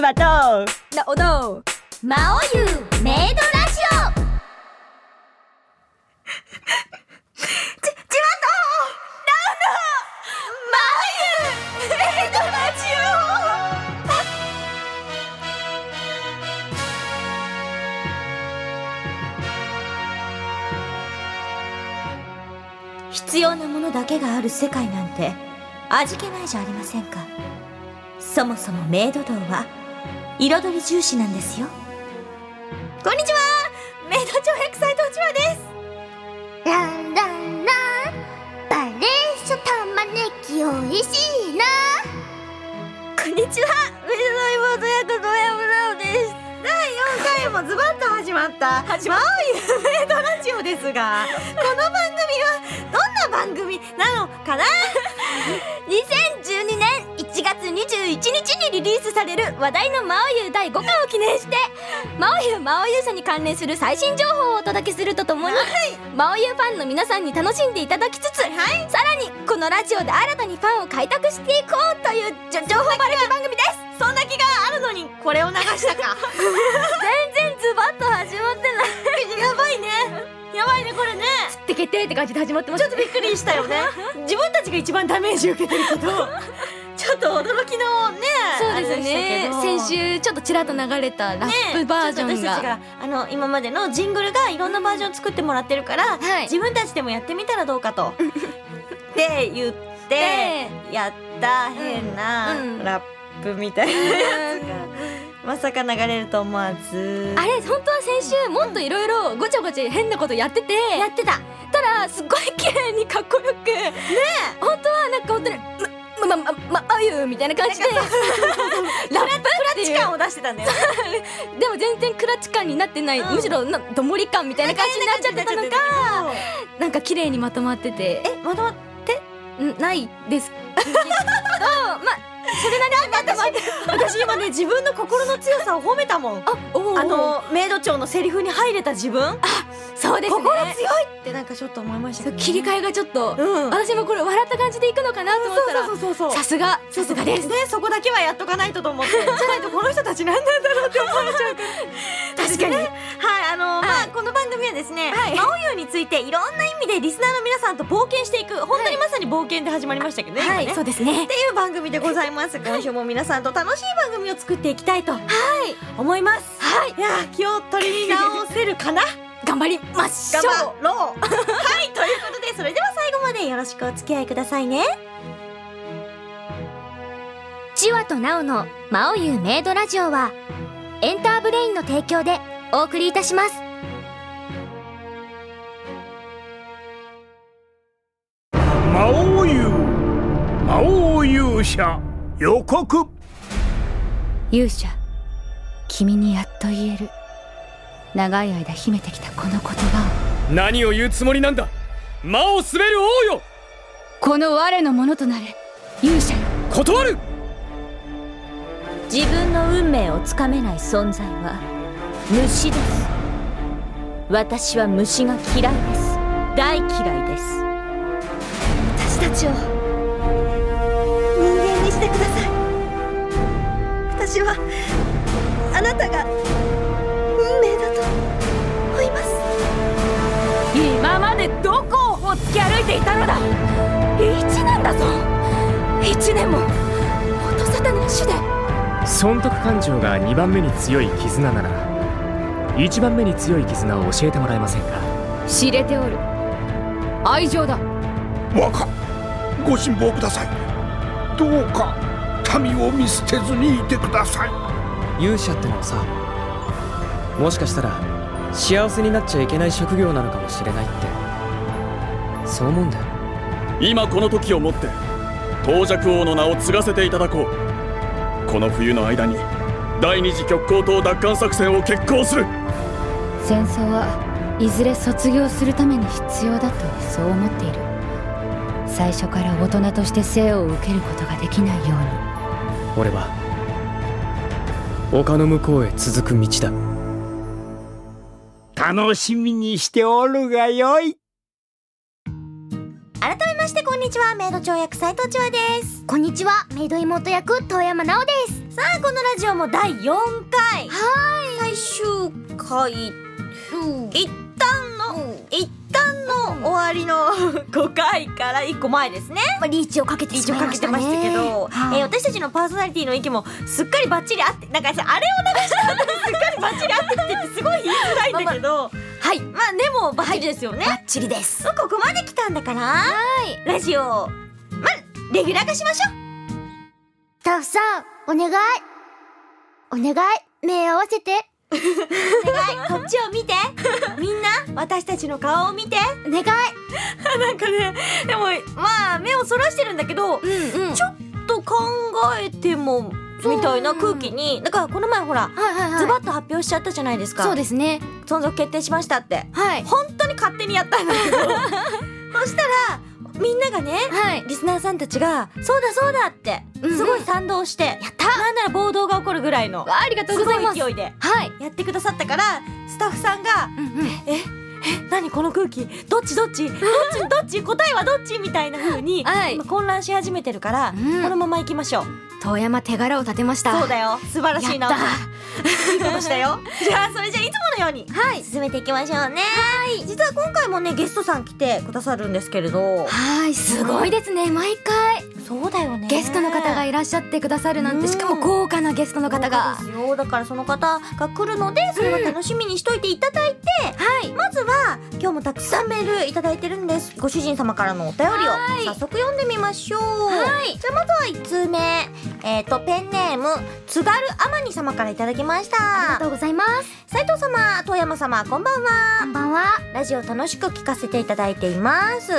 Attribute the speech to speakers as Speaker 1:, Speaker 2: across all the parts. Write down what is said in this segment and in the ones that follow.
Speaker 1: だと
Speaker 2: なおの
Speaker 3: 魔王湯 メイドラジオ必要なものだけがある世界なんて味気ないじゃありませんかそもそもメイド道は彩り重視なんですよこんにちはメイド長エクサイトうちわです
Speaker 4: ランランランバレーショ玉ねぎおいしいな
Speaker 3: こんにちは
Speaker 1: 上の妹役の親村直です第4回もズバッと始まった「
Speaker 3: 始
Speaker 1: 始
Speaker 3: ま
Speaker 1: まおゆめドラジオ」ですがこの番組はどんな番組なの かな
Speaker 3: 2012年1月21日にリリースされる話題の「マオユ第5回を記念して「マオユマオユ社」に関連する最新情報をお届けするとともに、マオユファンの皆さんに楽しんでいただきつつ、さらにこのラジオで新たにファンを開拓していこうというじょ情報バラエティ番組です
Speaker 1: そんな気があるのにこれを流したか
Speaker 3: 全然ズバッと始まってない
Speaker 1: やばいねやばいねこれね
Speaker 3: ってけてって感じで始まってま
Speaker 1: ち
Speaker 3: す
Speaker 1: ょっとびっくりした よね自分たちが一番ダメージを受けてることちょっと驚きのね
Speaker 3: そうですね
Speaker 1: あれでしたけど
Speaker 3: 先週ちょっとちらっと流れたラ
Speaker 1: ね
Speaker 3: ップバージョン
Speaker 1: ちょっと私た
Speaker 3: が,、
Speaker 1: ちがあの今までのジングルがいろんなバージョン作ってもらってるから、
Speaker 3: はい
Speaker 1: 自分たちでもやってみたらどうか と。って言ってやった変な
Speaker 3: うんうん
Speaker 1: ラップみたいなやつが、まさか流れると思わず
Speaker 3: あれ本当は先週もっといろいろごちゃごちゃ変なことやっててやってたたらすっごい綺麗にかっこよくね本当はなんか本当に「ままままあゆ」みたいな感じでラッ プってい
Speaker 1: 時
Speaker 3: う
Speaker 1: 間を出してたんだよね。
Speaker 3: でも全然クラッチ感になってない、
Speaker 1: うん
Speaker 3: むしろなどもり感みたいな感じになっちゃってたのがなんか綺麗にまとまってて
Speaker 1: えまとまっ
Speaker 3: んない ですけどまあ
Speaker 1: 私今ね自分の心の強さを褒めたもん。
Speaker 3: あおう
Speaker 1: あのメイド長のセリフに入れた自分
Speaker 3: そうですね
Speaker 1: 心強いってなんかちょっと思いました
Speaker 3: そう
Speaker 1: けどね
Speaker 3: 切り替えがちょっと、
Speaker 1: うん
Speaker 3: 私もこれ笑った感じでいくのかなと思ったら、
Speaker 1: そうそうそうそうそう
Speaker 3: さすがさすがです
Speaker 1: ねそこだけはやっとかないとと 思ってじゃないとこの人たち何なんだろうって思われちゃうから
Speaker 3: 確かに
Speaker 1: はいあのまあこの番組はですね
Speaker 3: はい
Speaker 1: 青湯についていろんな意味でリスナーの皆さんと冒険していく本当にまさに冒険で始まりましたけどね今
Speaker 3: は
Speaker 1: ね
Speaker 3: い、
Speaker 1: っ
Speaker 3: そうですね
Speaker 1: ていう番組でございます 今週も皆さんと楽しい番組を作っていきたいと思います
Speaker 3: はい
Speaker 1: いやー気を取り直せるかな
Speaker 3: 頑張りましょ
Speaker 1: 頑
Speaker 3: う
Speaker 1: 張ろう はいということでそれでは最後までよろしくお付き合いくださいね
Speaker 3: チワとナオのマオユメイドラジオはエンターブレインの提供でお送りいたします
Speaker 5: 魔王優魔王勇者予告
Speaker 6: 勇者君にやっと言える長い間秘めてきたこの言葉を
Speaker 7: 何を言うつもりなんだ魔を滑る王よ
Speaker 6: この我のものとなれ勇者よ
Speaker 7: 断る
Speaker 3: 自分の運命をつかめない存在は虫です私は虫が嫌いです大嫌いです
Speaker 2: 私たちを人間にしてください私はあなたが運命だと思います
Speaker 6: 今までどこをほつき歩いていたのだ
Speaker 3: 一年だぞ一年も元沙汰なしで
Speaker 7: 損得感情が2番目に強い絆なら1番目に強い絆を教えてもらえませんか
Speaker 6: 知れておる愛情だ
Speaker 5: 若ご辛抱くださいどうか民を見捨てずにいてください
Speaker 8: 勇者ってのはさもしかしたら幸せになっちゃいけない職業なのかもしれないってそう思うんだよ
Speaker 9: 今この時をもって東尺王の名を継がせていただこうこの冬の間に第二次極光島奪還作戦を決行する
Speaker 6: 戦争はいずれ卒業するために必要だとそう思っている最初から大人として生を受けることができないように
Speaker 8: 俺は丘の向こうへ続く道だ
Speaker 5: 楽しみにしておるがよい
Speaker 4: 改めましてこんにちはメイド長役斉藤千和です
Speaker 3: こんにちはメイド妹役遠山奈央です
Speaker 1: さあこのラジオも第4回最終回一旦の一旦の終わりの 5回から1個前ですね
Speaker 3: まあリーチをかけて
Speaker 1: 一
Speaker 3: し
Speaker 1: 応
Speaker 3: まい
Speaker 1: か
Speaker 3: ま
Speaker 1: け
Speaker 3: してた
Speaker 1: ま
Speaker 3: ね
Speaker 1: したけど、
Speaker 3: はい
Speaker 1: えー私たちのパーソナリティの息もすっかりバッチリ合ってなんかさあれを流した後にすっかりバッチリ合ってきてってすごい言いづらいんだけど
Speaker 3: はい
Speaker 1: まあでもバッチリですよね、
Speaker 3: バッチリです
Speaker 1: ここまで来たんだからラジオをまあレギュラー化しましょう
Speaker 4: スタッフさん、お願い。お願い、目合わせて。
Speaker 1: こっちを見てみんな私たちの顔を見て
Speaker 4: お願い。
Speaker 1: なんかねでもまあ目をそらしてるんだけど、
Speaker 3: うんうん
Speaker 1: ちょっと考えてもみたいな空気にだからこの前ほ
Speaker 3: は
Speaker 1: ら、
Speaker 3: いはい
Speaker 1: ズバッと発表しちゃったじゃないですか
Speaker 3: そうですね
Speaker 1: 存続決定しましたって
Speaker 3: はい
Speaker 1: 本当に勝手にやったんだ けどそしたらみんながね
Speaker 3: はい
Speaker 1: リスナーさんたちが「そうだそうだ」って
Speaker 3: うんうん
Speaker 1: すごい賛同して、やったなんなら暴動が起こるぐらいの
Speaker 3: わありがとうご
Speaker 1: すご
Speaker 3: ざいま
Speaker 1: い
Speaker 3: す
Speaker 1: 勢いで
Speaker 3: はい
Speaker 1: やってくださったからスタッフさんが
Speaker 3: うんうん
Speaker 1: 「ええ何この空気どっちどっちどっちどっち答えはどっち?」みたいな風に、
Speaker 3: はい
Speaker 1: 今混乱し始めてるから、
Speaker 3: うん
Speaker 1: このまま行きましょう
Speaker 3: 遠山手柄を立てました
Speaker 1: そうだよ素晴らしいな
Speaker 3: やっ
Speaker 1: いいことし たよじゃあそれじゃあいつものように
Speaker 3: はい
Speaker 1: 進めていきましょうね実は今回もねゲストさん来てくださるんですけれど
Speaker 3: はいすごいですね毎回
Speaker 1: そうだよね
Speaker 3: ゲストの方がいらっしゃってくださるなん
Speaker 1: うん
Speaker 3: てしかも豪華なゲストの方が
Speaker 1: そうですよだからその方が来るのでそれは楽しみにしといていただいて、
Speaker 3: はい
Speaker 1: まずは今日もたくさんメールいただいてるんですご主人様からのお便りを早速読んでみましょう
Speaker 3: はい
Speaker 1: じゃあまずは1通目えっ、とペンネーム津軽天に様からいただきまし
Speaker 4: ありがと
Speaker 1: た
Speaker 4: うございます。
Speaker 1: 斉藤様遠山様こんばんは
Speaker 4: こんばんは。
Speaker 1: ラジオ楽しく聞かせていただいています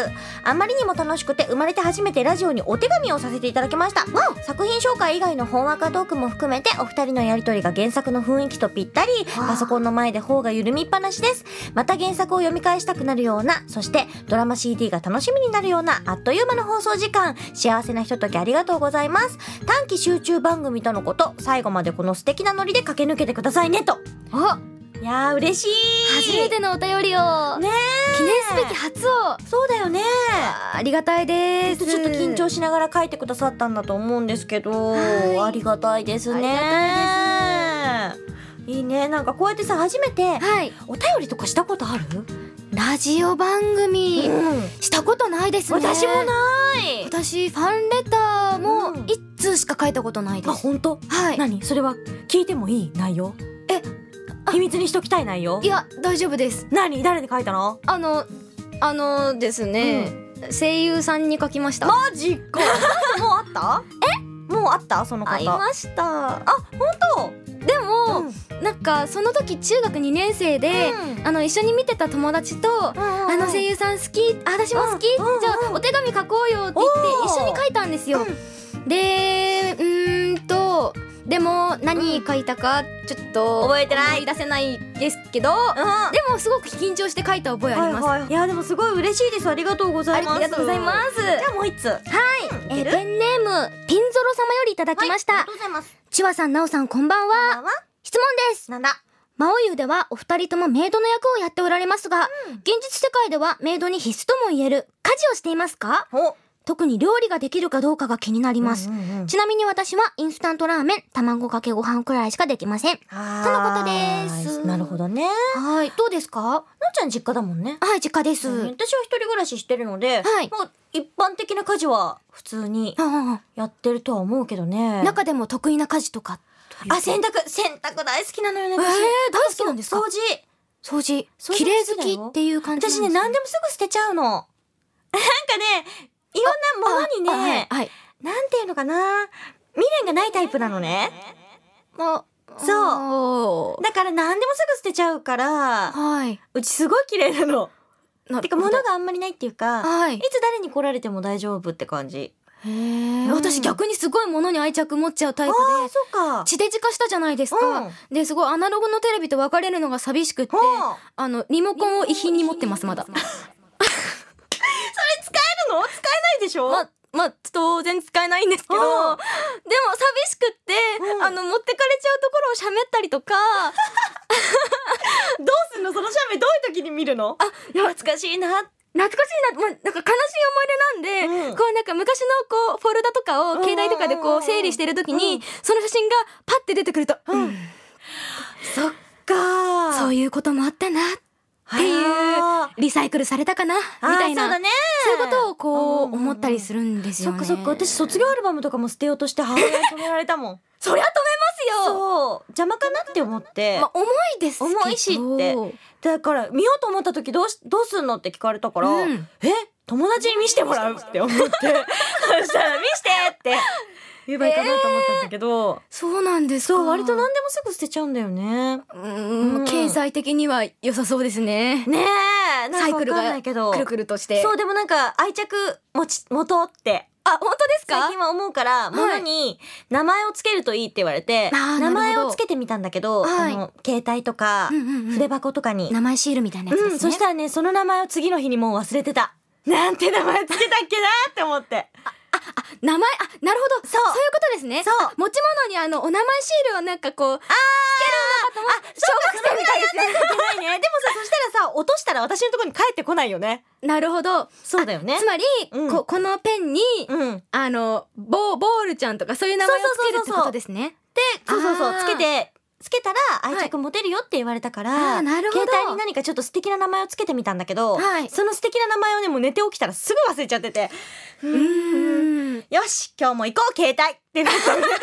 Speaker 1: あまりにも楽しくて生まれて初めてラジオにお手紙をさせていただきました作品紹介以外の本話かトークも含めてお二人のやりとりが原作の雰囲気とぴったりパソコンの前で方が緩みっぱなしですまた原作を読み返したくなるようなそしてドラマ CD が楽しみになるようなあっという間の放送時間幸せなひとときありがとうございます短期集中番組とのこと最後までこの素敵なノリで駆け抜けてくださいねと
Speaker 3: お初
Speaker 1: いやー嬉しい
Speaker 3: めてのお便りを
Speaker 1: ねえ
Speaker 3: 記念すべき初を
Speaker 1: そうだよね
Speaker 3: ありがたいです
Speaker 1: ちょっと緊張しながら書いてくださったんだと思うんですけど、
Speaker 3: い
Speaker 1: ありがたいですねいいねなんかこうやってさ初めて
Speaker 3: はい
Speaker 1: お便りとかしたことある、
Speaker 3: ラジオ番組したことないですね
Speaker 1: 私もない
Speaker 3: 私ファンレターも
Speaker 1: うん
Speaker 3: 一通しか書いたことないで
Speaker 1: あ
Speaker 3: す、
Speaker 1: 本当
Speaker 3: はい
Speaker 1: 何それは聞いてもいい内容え秘密にしときたい内容
Speaker 3: いや大丈夫です
Speaker 1: 何誰に書いたの
Speaker 3: あのあのですね、声優さんに書きました
Speaker 1: マジか もうあったえもうあったその方
Speaker 3: ありました
Speaker 1: あ本
Speaker 3: で
Speaker 1: 当
Speaker 3: も、
Speaker 1: ん
Speaker 3: なんかその時中学2年生で、あの一緒に見てた友達と、あ
Speaker 1: あ
Speaker 3: の声優さん好きあ私も好き、
Speaker 1: うんうんうん
Speaker 3: じゃあお手紙書こうよって言
Speaker 1: お
Speaker 3: っ
Speaker 1: ー
Speaker 3: て一緒に書いたんですよ、でうーんとでも何書いたかちょっと
Speaker 1: 覚えてない
Speaker 3: 思い出せないですけど、
Speaker 1: うん
Speaker 3: でもすごく緊張して書いた覚えあります、
Speaker 1: はいはい、いやでもすごい嬉しいですありがとうございます
Speaker 3: ありがとうございます
Speaker 1: じゃあもう一つはい
Speaker 3: え
Speaker 1: いける
Speaker 3: ペンネームピンゾロ様よりいただきました、
Speaker 1: とうございます
Speaker 3: チワさんなおさんこんばんは
Speaker 1: こんばんは
Speaker 3: 質問です
Speaker 1: なんだ
Speaker 3: 魔王湯ではお二人ともメイドの役をやっておられますが、現実世界ではメイドに必須とも言える家事をしていますか
Speaker 1: お
Speaker 3: 特に料理ができるかどうかが気になります、
Speaker 1: うんうんうん
Speaker 3: ちなみに私はインスタントラーメン卵かけご飯くらいしかできません
Speaker 1: あー
Speaker 3: とのことです
Speaker 1: なるほどね
Speaker 3: はいどうですか
Speaker 1: なっちゃん実家だもんね
Speaker 3: はい実家です、
Speaker 1: うん私は一人暮らししてるので、
Speaker 3: はい
Speaker 1: もう一般的な家事は普通に
Speaker 3: あ
Speaker 1: やってるとは思うけどね
Speaker 3: あ中でも得意な家事とか
Speaker 1: あ洗濯洗濯大好きなのよね私、
Speaker 3: えー大好きなんですか
Speaker 1: あと掃
Speaker 3: 掃
Speaker 1: 除
Speaker 3: 除
Speaker 1: 掃除
Speaker 3: 綺麗好きっていう感じ
Speaker 1: 私ね何でもすぐ捨てちゃうのなんかねいろんなものにね、
Speaker 3: あはいはい
Speaker 1: なんていうのかな未練がないタイプなのね
Speaker 3: あそ
Speaker 1: だから何でもすぐ捨てちゃうから
Speaker 3: はい。
Speaker 1: うちすごい綺麗なの
Speaker 3: な
Speaker 1: てか物があんまりないっていうか
Speaker 3: はい
Speaker 1: い。つ誰に来られても大丈夫って感じ
Speaker 3: へえ。私逆にすごい物に愛着持っちゃうタイプ
Speaker 1: ああ
Speaker 3: で、
Speaker 1: そうか
Speaker 3: 地デジ化したじゃないです
Speaker 1: う
Speaker 3: か
Speaker 1: ん。
Speaker 3: で、すごいアナログのテレビと別れるのが寂しくって
Speaker 1: ほう、
Speaker 3: あの、リモコンを遺品に持ってます、まだ。
Speaker 1: 使えるの使えないでしょ、
Speaker 3: ま、ま、当然使えないんですけど、で
Speaker 1: うん
Speaker 3: も寂しくって
Speaker 1: う、ん
Speaker 3: あの、持ってかれちゃうところを喋ったりとか、
Speaker 1: どうすんのその写メどういう時に見るの
Speaker 3: あ、
Speaker 1: 懐かしいなっ
Speaker 3: 懐かしいな、まあ、なんか悲しい思い出なんで、
Speaker 1: うん
Speaker 3: こうなんか昔のこうフォルダとかを携帯とかでこう整理してる時に、その写真がパッて出てくると、うん
Speaker 1: そっか
Speaker 3: そういうこともあったなっていう
Speaker 1: あ
Speaker 3: リサイクルされたかなみ
Speaker 1: あー
Speaker 3: たいな
Speaker 1: そうだね
Speaker 3: そういうことをこう
Speaker 1: うんうんうん
Speaker 3: 思ったりするんです
Speaker 1: そ
Speaker 3: よ
Speaker 1: っ
Speaker 3: ね。
Speaker 1: かそっか私卒業アルバムとかも捨てようとして母親に止められたもん
Speaker 3: そりゃ止めますよ
Speaker 1: そう邪魔かなって思って、
Speaker 3: まあ、重いですけど
Speaker 1: 重いしってだから見ようと思った時どうしどうすんのって聞かれたから、
Speaker 3: うん
Speaker 1: え友達に見してもらうって思ってそしたら見してって言えばいいかなと思ったんだけど、
Speaker 3: そうなんですか
Speaker 1: そう割と何でもすぐ捨てちゃうんだよね
Speaker 3: うー
Speaker 1: うんん
Speaker 3: 経済的には良さそうですね
Speaker 1: ねえ
Speaker 3: サイクル
Speaker 1: なんかわかんな
Speaker 3: が
Speaker 1: いけど
Speaker 3: くるくるとして
Speaker 1: そうでもなんか愛着持ち持とうって
Speaker 3: あ本当です
Speaker 1: 最
Speaker 3: か
Speaker 1: 近は思うから、
Speaker 3: い
Speaker 1: 物に名前をつけるといいって言われて
Speaker 3: あー
Speaker 1: 名
Speaker 3: なる
Speaker 1: 前
Speaker 3: ほど
Speaker 1: をつけてみたんだけど、
Speaker 3: はい
Speaker 1: あの携帯とか、
Speaker 3: うんうんうん
Speaker 1: 筆箱とかに
Speaker 3: 名前シールみたいなやつですね、
Speaker 1: うん、そしたらねその名前を次の日にもう忘れてたなんて名前つけたっけなって思って
Speaker 3: 名前あなるほどそういうことですね
Speaker 1: そう
Speaker 3: あ持ち物にあのお名前シールをなんかこう
Speaker 1: 小学生みたいですよねでもさそしたらさ落としたら私のところに帰ってこないよね
Speaker 3: なるほど
Speaker 1: そうだよね
Speaker 3: つまり、
Speaker 1: うん
Speaker 3: ここのペンに、
Speaker 1: うん
Speaker 3: あのボーボールちゃんとかそういう名前をつけるってことですね
Speaker 1: でそうそうそう
Speaker 3: あー
Speaker 1: つけてつけたら愛着持てるよって言われたから、
Speaker 3: あーなるほど
Speaker 1: 携帯に何かちょっと素敵な名前をつけてみたんだけど、
Speaker 3: はい
Speaker 1: その素敵な名前をねもう寝て起きたらすぐ忘れちゃってて
Speaker 3: うーん
Speaker 1: よし今日も行こう携帯ってなったねなんか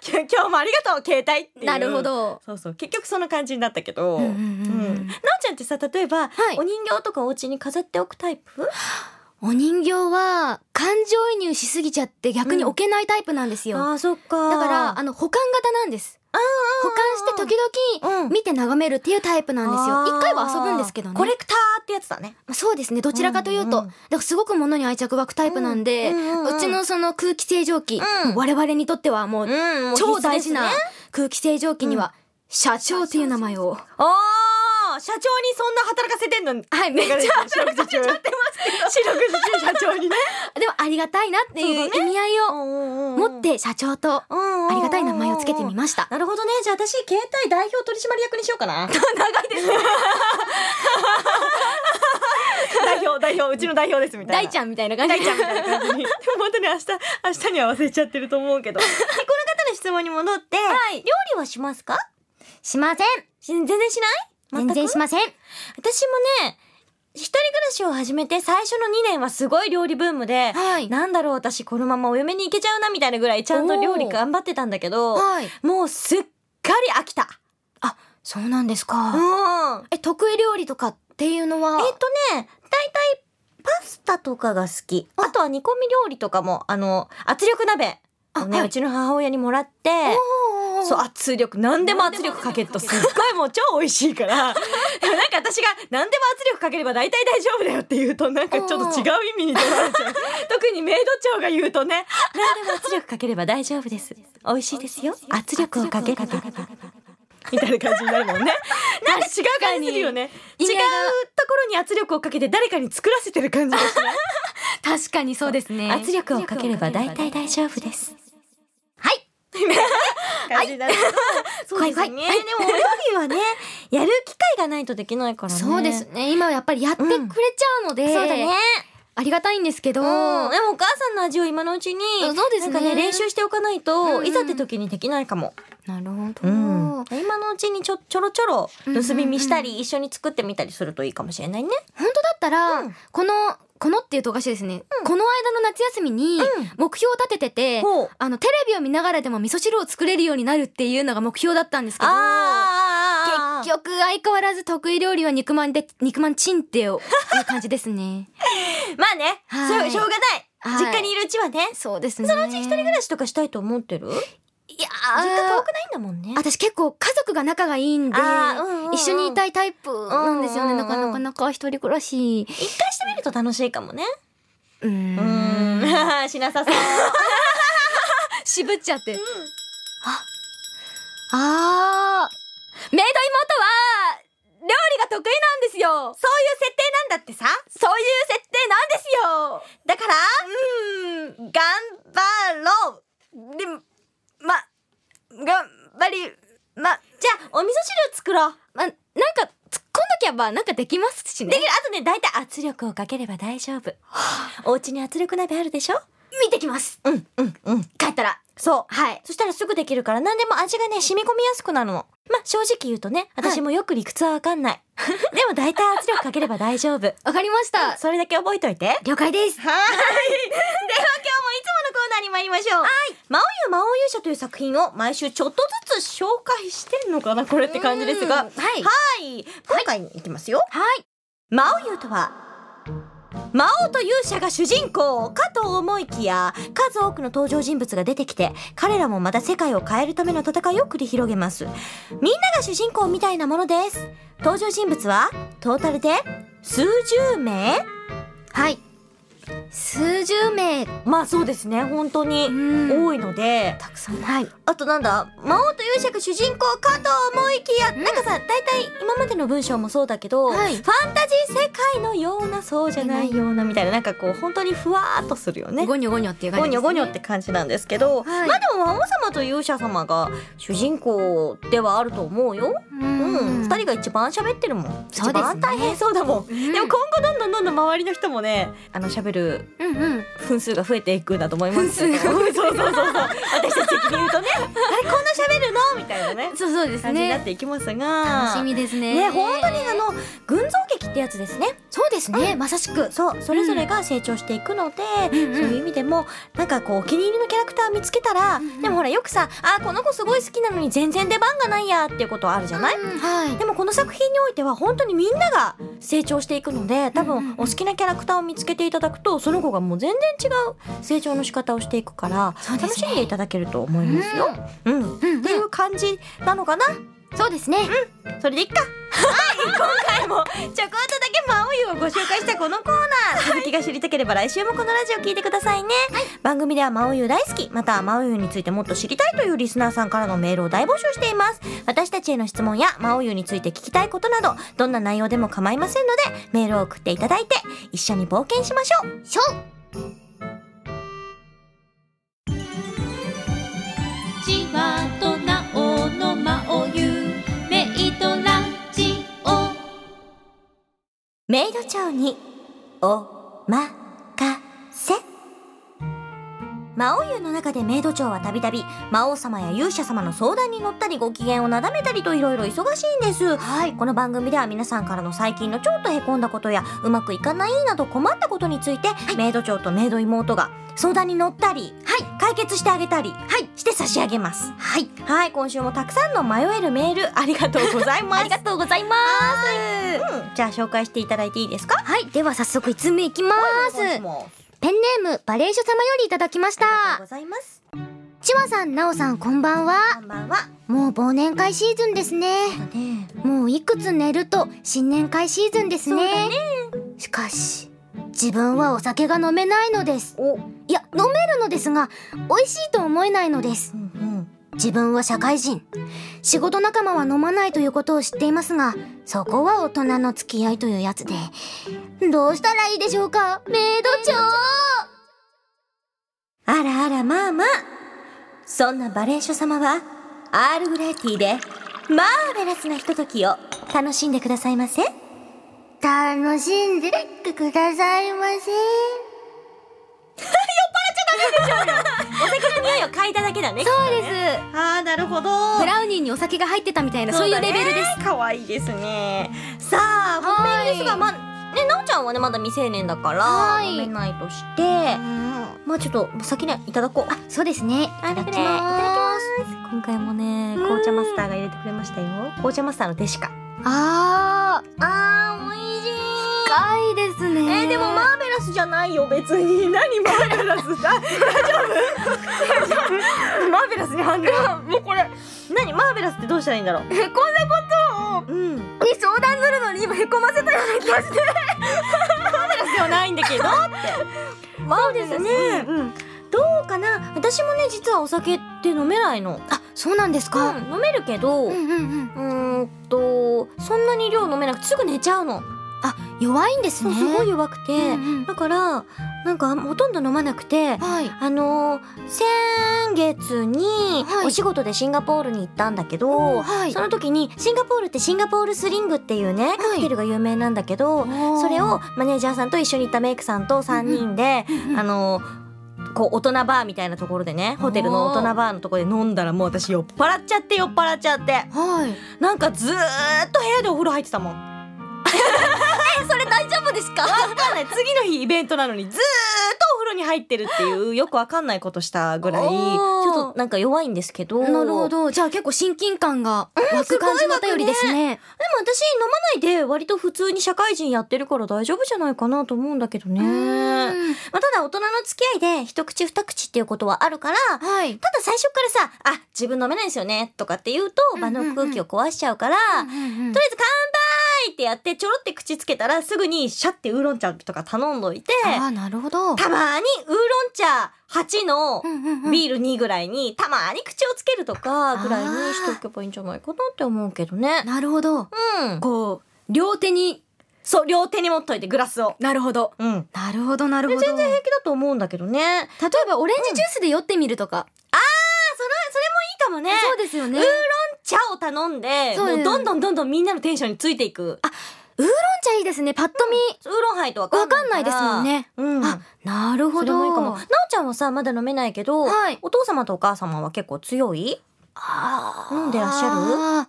Speaker 1: きょ今日もありがとう携帯っていう
Speaker 3: なるほど
Speaker 1: そうそう結局その感じになったけど、
Speaker 3: うんうんうんうん
Speaker 1: なおちゃんってさ例えば、
Speaker 3: はい
Speaker 1: お人形とかお家に飾っておくタイプ
Speaker 3: お人形は感情移入しすぎちゃって逆に置けないタイプなんですよ、
Speaker 1: あーそっか
Speaker 3: だからあの保管型なんです保管して時
Speaker 1: う
Speaker 3: 々
Speaker 1: ん
Speaker 3: 見て眺めるっていうタイプなんですよ
Speaker 1: あー
Speaker 3: 一回は遊ぶんですけどね
Speaker 1: コレクターってやつだね
Speaker 3: まあそうですねどちらかというと、
Speaker 1: うんう
Speaker 3: だ
Speaker 1: ん
Speaker 3: からすごく物に愛着湧くタイプなんで、う
Speaker 1: うんうんうん
Speaker 3: ちのその空気清浄機、
Speaker 1: うん
Speaker 3: 我々にとってはもう
Speaker 1: うんもう必須
Speaker 3: 超大事な
Speaker 1: ですね
Speaker 3: 空気清浄機には社長っていう名前を、
Speaker 1: おー社長にそんな働かせてんの
Speaker 3: はいめっちゃ
Speaker 1: 働かせちゃってますけど四六時中社長 にね
Speaker 3: でもありがたいなっていう意味合いを持
Speaker 1: 持
Speaker 3: って社長とあ
Speaker 1: あ
Speaker 3: りがたい名前をつけてみました
Speaker 1: なるほどねじゃあ私携帯代表取締役にしようかな 長いですね代表代表うちの代表ですみたい
Speaker 3: 大
Speaker 1: な
Speaker 3: ちゃんみたいな感じ
Speaker 1: 大ちゃんみたいな感 じにでも本当に明日明日には忘れちゃってると思うけどでこの方の質問に戻って、料理はしますか
Speaker 4: しません
Speaker 1: し全然しない
Speaker 4: 全然しません
Speaker 1: 私もね一人暮らしを始めて最初の2年はすごい料理ブームで、
Speaker 3: はい
Speaker 1: なんだろう私このままお嫁に行けちゃうなみたいなぐらいちゃんと料理頑張ってたんだけど、
Speaker 3: はい
Speaker 1: もうすっかり飽きた。
Speaker 3: そうなんですか、
Speaker 1: うん。
Speaker 3: え得意料理とかっていうのは
Speaker 1: えっとね、大体パスタとかが好き。あとは煮込み料理とかも、あの、圧力鍋をね、
Speaker 3: あはいう
Speaker 1: ちの母親にもらって、そう、圧力、何でも圧力かけるとすっごいもう超美味し いから、でもなんか私が何でも圧力かければ大体大丈夫だよって言うと、なんかちょっと違う意味に取られちゃう。特にメイド長が言うとね、何でも圧力かければ大丈夫です。美味しいですよ。圧力をかけると。みたいな感じになるもんね。なんか違う感じするよね。違うところに圧力をかけて誰かに作らせてる感じがしない。
Speaker 3: 確かにそうですね
Speaker 1: 圧力をかければ大体大丈夫です。はい。感じになる。 そうですね。でもお料理 はね、やる機会がないとできないからね。
Speaker 3: そうです。ね今はやっぱりやってくれちゃうので、
Speaker 1: そうだね。
Speaker 3: ありがたいんですけど、
Speaker 1: うん、でもお母さんの味を今のうちに、
Speaker 3: そうですね
Speaker 1: なんかね、練習しておかないと、
Speaker 3: うんうん
Speaker 1: いざって時にできないかも。
Speaker 3: なるほど、
Speaker 1: うん今のうちにちょ、ちょろちょろ、盗み見したり、一緒に作ってみたりするといいかもしれないね。
Speaker 3: 本当だったら、
Speaker 1: うん
Speaker 3: このこのっていうとおかしいですね、この間の夏休みに目標を立ててて、
Speaker 1: ほう
Speaker 3: あのテレビを見ながらでも味噌汁を作れるようになるっていうのが目標だったんですけど
Speaker 1: あー
Speaker 3: 結局相変わらず得意料理は肉まんで肉まんチンっていう感じですね
Speaker 1: まあね、
Speaker 3: はい
Speaker 1: しょうしょうがない、
Speaker 3: はい
Speaker 1: 実家にいるうちはね
Speaker 3: そうですね
Speaker 1: そのうち一人暮らしとかしたいと思ってる実
Speaker 3: いやー
Speaker 1: 家遠くないんだもんね
Speaker 3: 私結構家族が仲がいいんで、
Speaker 1: あーうんうんうん
Speaker 3: 一緒にいたいタイプなんですよね、
Speaker 1: うんうんうん
Speaker 3: なかなかなか一人暮らし
Speaker 1: 一回してみると楽しいかもね
Speaker 3: うーん
Speaker 1: うーん しなさそう
Speaker 3: 渋っちゃって、ああーメイド妹は料理が得意なんですよ
Speaker 1: そういう設定なんだってさ
Speaker 3: そういう設定なんですよ
Speaker 1: だからうーん頑張ろう
Speaker 3: でもま頑張りま
Speaker 1: じゃあお味噌汁作ろう
Speaker 3: まなんか突っ込んだきゃばなんかできますしね
Speaker 1: できるあとね大体圧力をかければ大丈夫お家に圧力鍋あるでしょ
Speaker 3: 見てきます
Speaker 1: うんうんうん
Speaker 3: 帰ったら
Speaker 1: そう
Speaker 3: はい
Speaker 1: そしたらすぐできるから何でも味がね染み込みやすくなるのまあ正直言うとね私もよく理屈はわかんない、 でも大体圧力かければ大丈夫
Speaker 3: わかりました
Speaker 1: それだけ覚えといて
Speaker 3: 了解です
Speaker 1: はい。では今日もいつものコ ーナーに参りましょう。はい。魔王湯魔王勇者という作品を毎週ちょっとずつ紹介してんのかなこれって感じですが。
Speaker 3: うん
Speaker 1: は
Speaker 3: はい
Speaker 1: い。今回に行きますよ。
Speaker 3: はい
Speaker 1: 魔王湯とは、魔王と勇者が主人公かと思いきや、数多くの登場人物が出てきて、彼らもまた世界を変えるための戦いを繰り広げます。みんなが主人公みたいなものです。登場人物は、トータルで数十名
Speaker 3: はい数十名
Speaker 1: まあそうですね本当に
Speaker 3: ん
Speaker 1: 多いので、
Speaker 3: たくさんはい
Speaker 1: あとなんだ魔王と勇者が主人公かと思いきや、なんかさ大体今までの文章もそうだけど、
Speaker 3: はい
Speaker 1: ファンタジー世界のようなそうじゃないようなみたいななんかこう本当にふわーっとするよね。
Speaker 3: ゴニョゴニョっていう
Speaker 1: ゴ
Speaker 3: 感じで
Speaker 1: ニョ
Speaker 3: すね
Speaker 1: ゴニョって感じなんですけど、
Speaker 3: はい
Speaker 1: まあでも魔王様と勇者様が主人公ではあると思うよ。
Speaker 3: う
Speaker 1: うんん、二人が一番喋ってるもん。
Speaker 3: そうですね
Speaker 1: 一番大変そうだもん。
Speaker 3: うん
Speaker 1: でも今後どんどんどんどん周りの人もね、あの喋る
Speaker 3: うんうん
Speaker 1: 分数が増えていくんだと思いますけど そうそうそうそう私たち的に言うとねあれこんな喋るのみたいなね
Speaker 3: そうそうです
Speaker 1: 感じになっ
Speaker 3: ね
Speaker 1: ていきますが
Speaker 3: 楽しみですね
Speaker 1: ね本当にあの群像劇ってやつですね
Speaker 3: そうですねまさしく
Speaker 1: そうそれぞれが成長していくので、
Speaker 3: うんうん
Speaker 1: そういう意味でもなんかこうお気に入りのキャラクター見つけたら、でもほらよくさあこの子すごい好きなのに全然出番がないやっていうことあるじゃない、
Speaker 3: はい
Speaker 1: でもこの作品においては本当にみんなが成長していくので多
Speaker 3: うんうん
Speaker 1: 分お好きなキャラクターを見つけていただくとその子がもう全然違う成長の仕方をしていくから、
Speaker 3: そうで
Speaker 1: 楽
Speaker 3: す
Speaker 1: し
Speaker 3: ね
Speaker 1: んでいただけると思いますよ。うん、
Speaker 3: うんうん
Speaker 1: っていう感じなのかな
Speaker 3: そうですね
Speaker 1: それでいっかはい今回もちょこっとだけ魔王湯をご紹介したこのコーナー続きが知りたければ来週もこのラジオ聞いてくださいね、番組では魔王湯大好きまたは魔王湯についてもっと知りたいというリスナーさんからのメールを大募集しています私たちへの質問や魔王湯について聞きたいことなどどんな内容でも構いませんのでメールを送っていただいて一緒に冒険しましょう
Speaker 4: しょ
Speaker 10: チワとナオの魔王ゆメイドラジオ
Speaker 1: メイド長におまかせ魔王湯の中でメイド長はたびたび魔王様や勇者様の相談に乗ったりご機嫌をなだめたりといろいろ忙しいんです、この番組では皆さんからの最近のちょっとへこんだことやうまくいかないなど困ったことについて、メイド長とメイド妹が相談に乗ったり、解決してあげたり、して差し上げますはい、今週もたくさんの迷えるメールありがとうございますありがとうございます、うんじゃあ紹介していただいていいですか
Speaker 3: はいでは早速一つ目いきま
Speaker 1: ます
Speaker 3: すペンネームバレーショ様よりいただきまし
Speaker 1: ありがとう
Speaker 3: た
Speaker 1: ございます
Speaker 3: ちわさんなおさんこんばんは
Speaker 1: こんばんは
Speaker 3: もう忘年会シーズンですね
Speaker 1: ね
Speaker 3: もういくつ寝ると新年会シーズンですねしかし自分はお酒が飲めないのです
Speaker 1: お
Speaker 3: いや飲めるのですが美味しいと思えないのです
Speaker 1: うんうん
Speaker 3: 自分は社会人仕事仲間は飲まないということを知っていますがそこは大人の付き合いというやつでどうしたらいいでしょうかメイド長
Speaker 1: あらあらまあまあそんなバレー書様はアールグレイティーでマーベラスなひとときを楽しんでくださいませ
Speaker 4: 楽しんでってくださいま せ。
Speaker 1: 匂いを嗅いだだけだね
Speaker 3: そうです
Speaker 1: ああなるほど
Speaker 3: ブラウニーにお酒が入ってたみたいなそう,、いうレベルです
Speaker 1: す可愛いですねさあ本
Speaker 3: は
Speaker 1: 命
Speaker 3: い
Speaker 1: ですがまあねなおちゃんはねまだ未成年だから
Speaker 3: はい
Speaker 1: 飲めないとしてまあちょっと先にいただこうあ
Speaker 3: そうですねいただきます
Speaker 1: 今回もね紅茶マスターが入れてくれましたよ紅茶マスターの弟子か
Speaker 3: すあー
Speaker 1: あー、美味しい。
Speaker 3: 深いですね
Speaker 1: えー、でもマーベラスじゃないよ、別に。 何マーベラス だ。大丈夫。大丈夫。マーベラスに反応。もうこれ。何マーベラスってどうしたらいいんだろう。こんなことを。うん。に相談するのに、今へこませたような気がして。マーベラスではないんだ けど。って。マーベラスね。うん。どうかな。私もね、実はお酒って飲めないの。
Speaker 3: あそうなんですか、
Speaker 1: うん、飲めるけど。
Speaker 3: うんうんうん
Speaker 1: うーんとそんなに量飲めなくてすぐ寝ちゃうの、
Speaker 3: 弱いんです
Speaker 1: そう
Speaker 3: ね
Speaker 1: すごい弱くて、
Speaker 3: うんうん
Speaker 1: だからなんかほとんど飲まなくて、あのー先月にお仕事でシンガポールに行ったんだけど、その時にシンガポールってシンガポールスリングっていうねカクテルが有名なんだけど、それをマネージャーさんと一緒に行ったメイクさんと3人で、あのーこう大人バーみたいなところでねホテルの大人バーのところで飲んだらもう私酔っ払っちゃって酔っ払っちゃって、なんかずーっと部屋でお風呂入ってたもん。
Speaker 3: えそれ大丈夫ですか
Speaker 1: わかんない次の日イベントなのにずーっとお風呂に入ってるっていうよくわかんないことしたぐらいちょっとなんか弱いんですけど
Speaker 3: なるほどじゃあ結構親近感が湧く感じのお便りですね,、
Speaker 1: でも私飲まないで割と普通に社会人やってるから大丈夫じゃないかなと思うんだけどね、まあ、ただ大人の付き合いで一口二口っていうことはあるから、ただ最初からさ「あ自分飲めないですよね」とかって言うと場の空気を壊しちゃうから、とりあえず乾杯ってやってちょろって口つけたらすぐにシャってウーロン茶とか頼んどいて
Speaker 3: ああなるほど
Speaker 1: たまにウーロン茶8のビール2ぐらいにたまに口をつけるとかぐらいにしておけばいいんじゃないかなって思うけどね。
Speaker 3: なるほど、
Speaker 1: うん、
Speaker 3: こう両手に
Speaker 1: そう両手に持っといてグラスを。
Speaker 3: なるほど、
Speaker 1: うん、
Speaker 3: なるほどなるほど
Speaker 1: で全然平気だと思うんだけどね。
Speaker 3: 例えばオレンジジュースで酔ってみるとか、
Speaker 1: あーそれそれもいいかもね。
Speaker 3: そうですよね
Speaker 1: ウーロン茶を頼んで
Speaker 3: そうです
Speaker 1: もうどんどんどんどんみんなのテンションについていく。あ
Speaker 3: ウーロン茶いいですねパッと見、
Speaker 1: ウーロンハイとわ
Speaker 3: わ
Speaker 1: か
Speaker 3: か
Speaker 1: ん
Speaker 3: ん
Speaker 1: な
Speaker 3: ないい
Speaker 1: か
Speaker 3: ですも
Speaker 1: ら
Speaker 3: んね。
Speaker 1: うん、
Speaker 3: あ、なるほ
Speaker 1: それもいいかも
Speaker 3: ど。
Speaker 1: なおちゃんはさまだ飲めないけど、
Speaker 3: はい
Speaker 1: お父様とお母様は結構強い
Speaker 3: あー
Speaker 1: 飲んでらっしゃる
Speaker 3: あー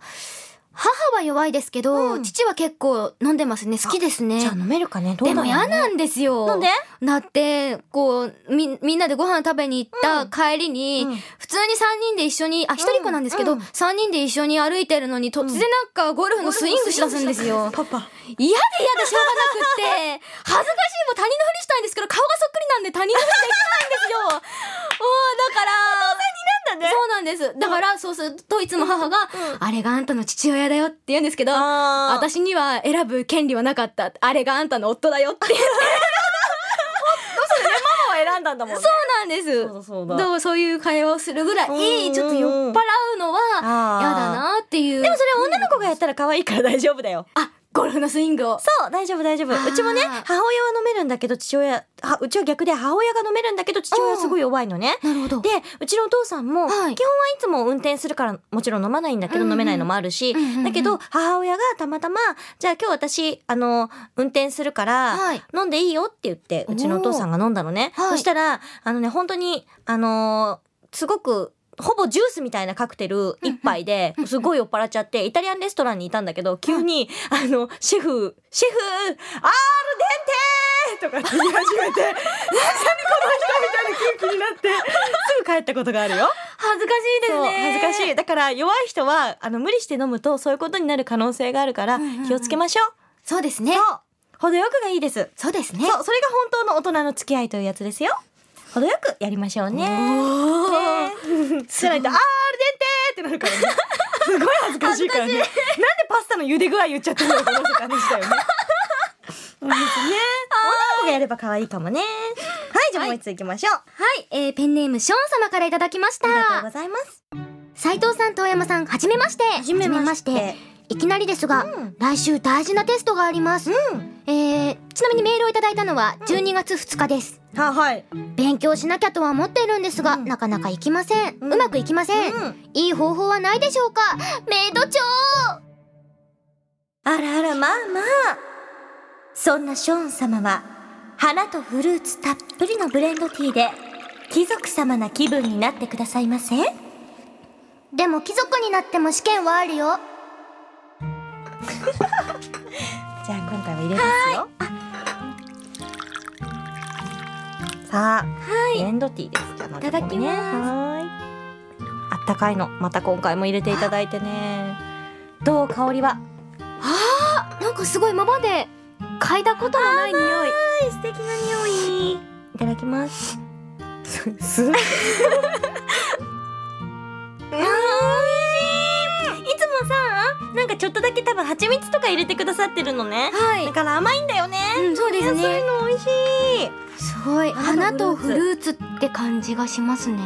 Speaker 3: 母は弱いですけど、父は結構飲んでますね。好きですね。
Speaker 1: じゃあ飲めるかねどう
Speaker 3: で
Speaker 1: だ
Speaker 3: も
Speaker 1: ろう、ね、
Speaker 3: 嫌なんですよ。
Speaker 1: なんで
Speaker 3: だって、こう、み、みんなでご飯食べに行った帰りに、普通に3人で一緒に、あ、一人っ子なんですけど、三3人で一緒に歩いてるのに、突然なんかゴルフのスイングしだすんですよ。
Speaker 1: パパ
Speaker 3: 嫌で嫌でしょうがなくって、恥ずかしいもん他人のふりしたいんですけど、顔がそっくりなんで他人のふりできないんですよ。お ー、だから。
Speaker 1: 当然になんだね
Speaker 3: そうなんです。だから、そうすると、いつも母が、あれがあんたの父親だよって言うんですけど、
Speaker 1: あー
Speaker 3: 私には選ぶ権利はなかった。あれがあんたの夫だよって言って。
Speaker 1: ママは選んだんだもんね
Speaker 3: そうなんです。
Speaker 1: そうだそうだ
Speaker 3: どうそういう会話をするぐら
Speaker 1: う
Speaker 3: い、
Speaker 1: ん
Speaker 3: ちょっと酔っ払うのは、
Speaker 1: あー
Speaker 3: 嫌だなっていう。
Speaker 1: でもそれは女の子がやったら可愛いから大丈夫だよ
Speaker 3: あ、ゴルフのスイングを。
Speaker 1: そう大丈夫大丈夫
Speaker 3: あー
Speaker 1: うちもね母親は飲めるんだけど父親はうちは逆で母親が飲めるんだけど父親はすごい弱いのね
Speaker 3: なるほど。
Speaker 1: でうちのお父さんも、基本はいつも運転するからもちろん飲まないんだけど、
Speaker 3: うんうん
Speaker 1: 飲めないのもあるし、
Speaker 3: うんうんうん
Speaker 1: だけど母親がたまたま「じゃあ今日私あの運転するから、
Speaker 3: はい
Speaker 1: 飲んでいいよ」って言ってうちのお父さんが飲んだのね、
Speaker 3: おーはい
Speaker 1: そしたらあのね本当にあのーすごくほぼジュースみたいなカクテル一杯ですごい酔っ払っちゃってイタリアンレストランにいたんだけど急にあのシェフシェフアールデンテとかって言い始めて何この人みたいな空気になってすぐ帰ったことがあるよ。
Speaker 3: 恥ずかしいです
Speaker 1: そう
Speaker 3: ね。
Speaker 1: 恥ずかしいだから弱い人はあの無理して飲むとそういうことになる可能性があるから気をつけましょう。
Speaker 3: そうですね。
Speaker 1: 程よくがいいです。
Speaker 3: そうですね。
Speaker 1: そうそれが本当の大人の付き合いというやつですよ。程よくやりましょうね。ねじゃないとあーアールデンテーってなるからね。 すごい恥ずかしいからね。なんでパスタの茹で具合言っちゃってるのかなって感じだよね。うんですね。女の子がやれば可愛いかもね。はい、じゃあもう一つ行きましょう。
Speaker 3: はい、えー、ペンネームショーン様からいただきまし
Speaker 1: ありがとうご
Speaker 3: た。
Speaker 1: ざいます。
Speaker 4: 斉藤さん遠山さんはじめましてはじ
Speaker 1: めまして
Speaker 4: いきなりですが、
Speaker 1: うん
Speaker 4: 来週大事なテストがあります、えー、ちなみにメールをいただいたのは12月2日です、
Speaker 1: ははい。
Speaker 4: 勉強しなきゃとは思っているんですが、なかなかいきません、うまくいきません、
Speaker 1: うん
Speaker 4: いい方法はないでしょうかメイド長
Speaker 1: あらあらまあまあそんなショーン様は花とフルーツたっぷりのブレンドティーで貴族様な気分になってくださいませ
Speaker 4: でも貴族になっても試験はあるよ
Speaker 1: じゃあ今回は入れますよ。さあ、ブレンドティーです。じゃあ、
Speaker 3: いただきます
Speaker 1: はーい。あったかいの、また今回も入れていただいてね。どう香りは。
Speaker 3: なんかすごい今まで嗅いだことのない匂い。
Speaker 1: はい、素敵な匂い。いただきます。す。あー美味しいいつもさなんかちょっとだけ多分蜂蜜とか入れてくださってるのね
Speaker 3: はい
Speaker 1: だ。から甘いんだよね、
Speaker 3: うんそうですね
Speaker 1: そういうの美味しい
Speaker 3: すごい
Speaker 1: 花
Speaker 3: 花
Speaker 1: と
Speaker 3: と
Speaker 1: フ
Speaker 3: フ
Speaker 1: ル
Speaker 3: ルーツって感じがしますね。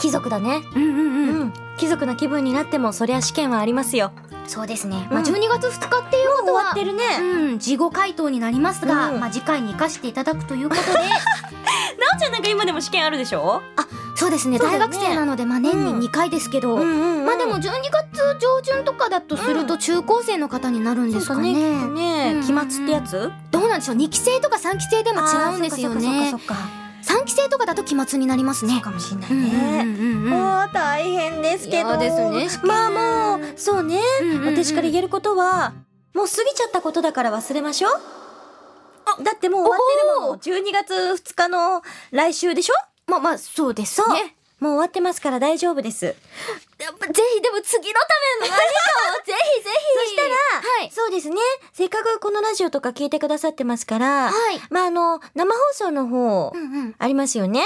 Speaker 1: 貴族だね
Speaker 3: うんうんうん。
Speaker 1: うん貴族な気分になってもそりゃ試験はありますよ
Speaker 4: そうですね、まあ、12月2日っていうことは、
Speaker 1: 終わってるね
Speaker 4: うん事後回答になりますが、
Speaker 1: うん
Speaker 4: まあ、次回に生かしていただくという ことで
Speaker 1: なおちゃんなんか今でも試験あるでしょ
Speaker 4: あそうですね
Speaker 1: そうだ
Speaker 4: 大
Speaker 1: よね
Speaker 4: 学生なので、まあ、年に2回ですけど、まあでも12月上旬とかだとすると中高生の方になるんですかね,、
Speaker 1: そうだねきっとね期末ってやつ
Speaker 4: どうなんでしょう2期生とか3期生でも違うんですよね
Speaker 1: あーそっかそっかそっかそっか
Speaker 4: 3期生とかだと期末になりますねそう
Speaker 1: かもしれない
Speaker 4: ね、うんうんうんうん
Speaker 1: もう大変ですけど
Speaker 4: 嫌ですね試験
Speaker 1: まあもうそうね、私から言えることはもう過ぎちゃったことだから忘れましょうだってもう終わってるもん12月2日の来週でしょ
Speaker 4: まあまあそうですね
Speaker 1: もう終わってますから大丈夫です
Speaker 4: やっぱぜひでも次のための何かをぜひぜひ
Speaker 1: そしたら、そうですね。せっかくこのラジオとか聞いてくださってますから、まあ、あの、生放送の方、ありますよね。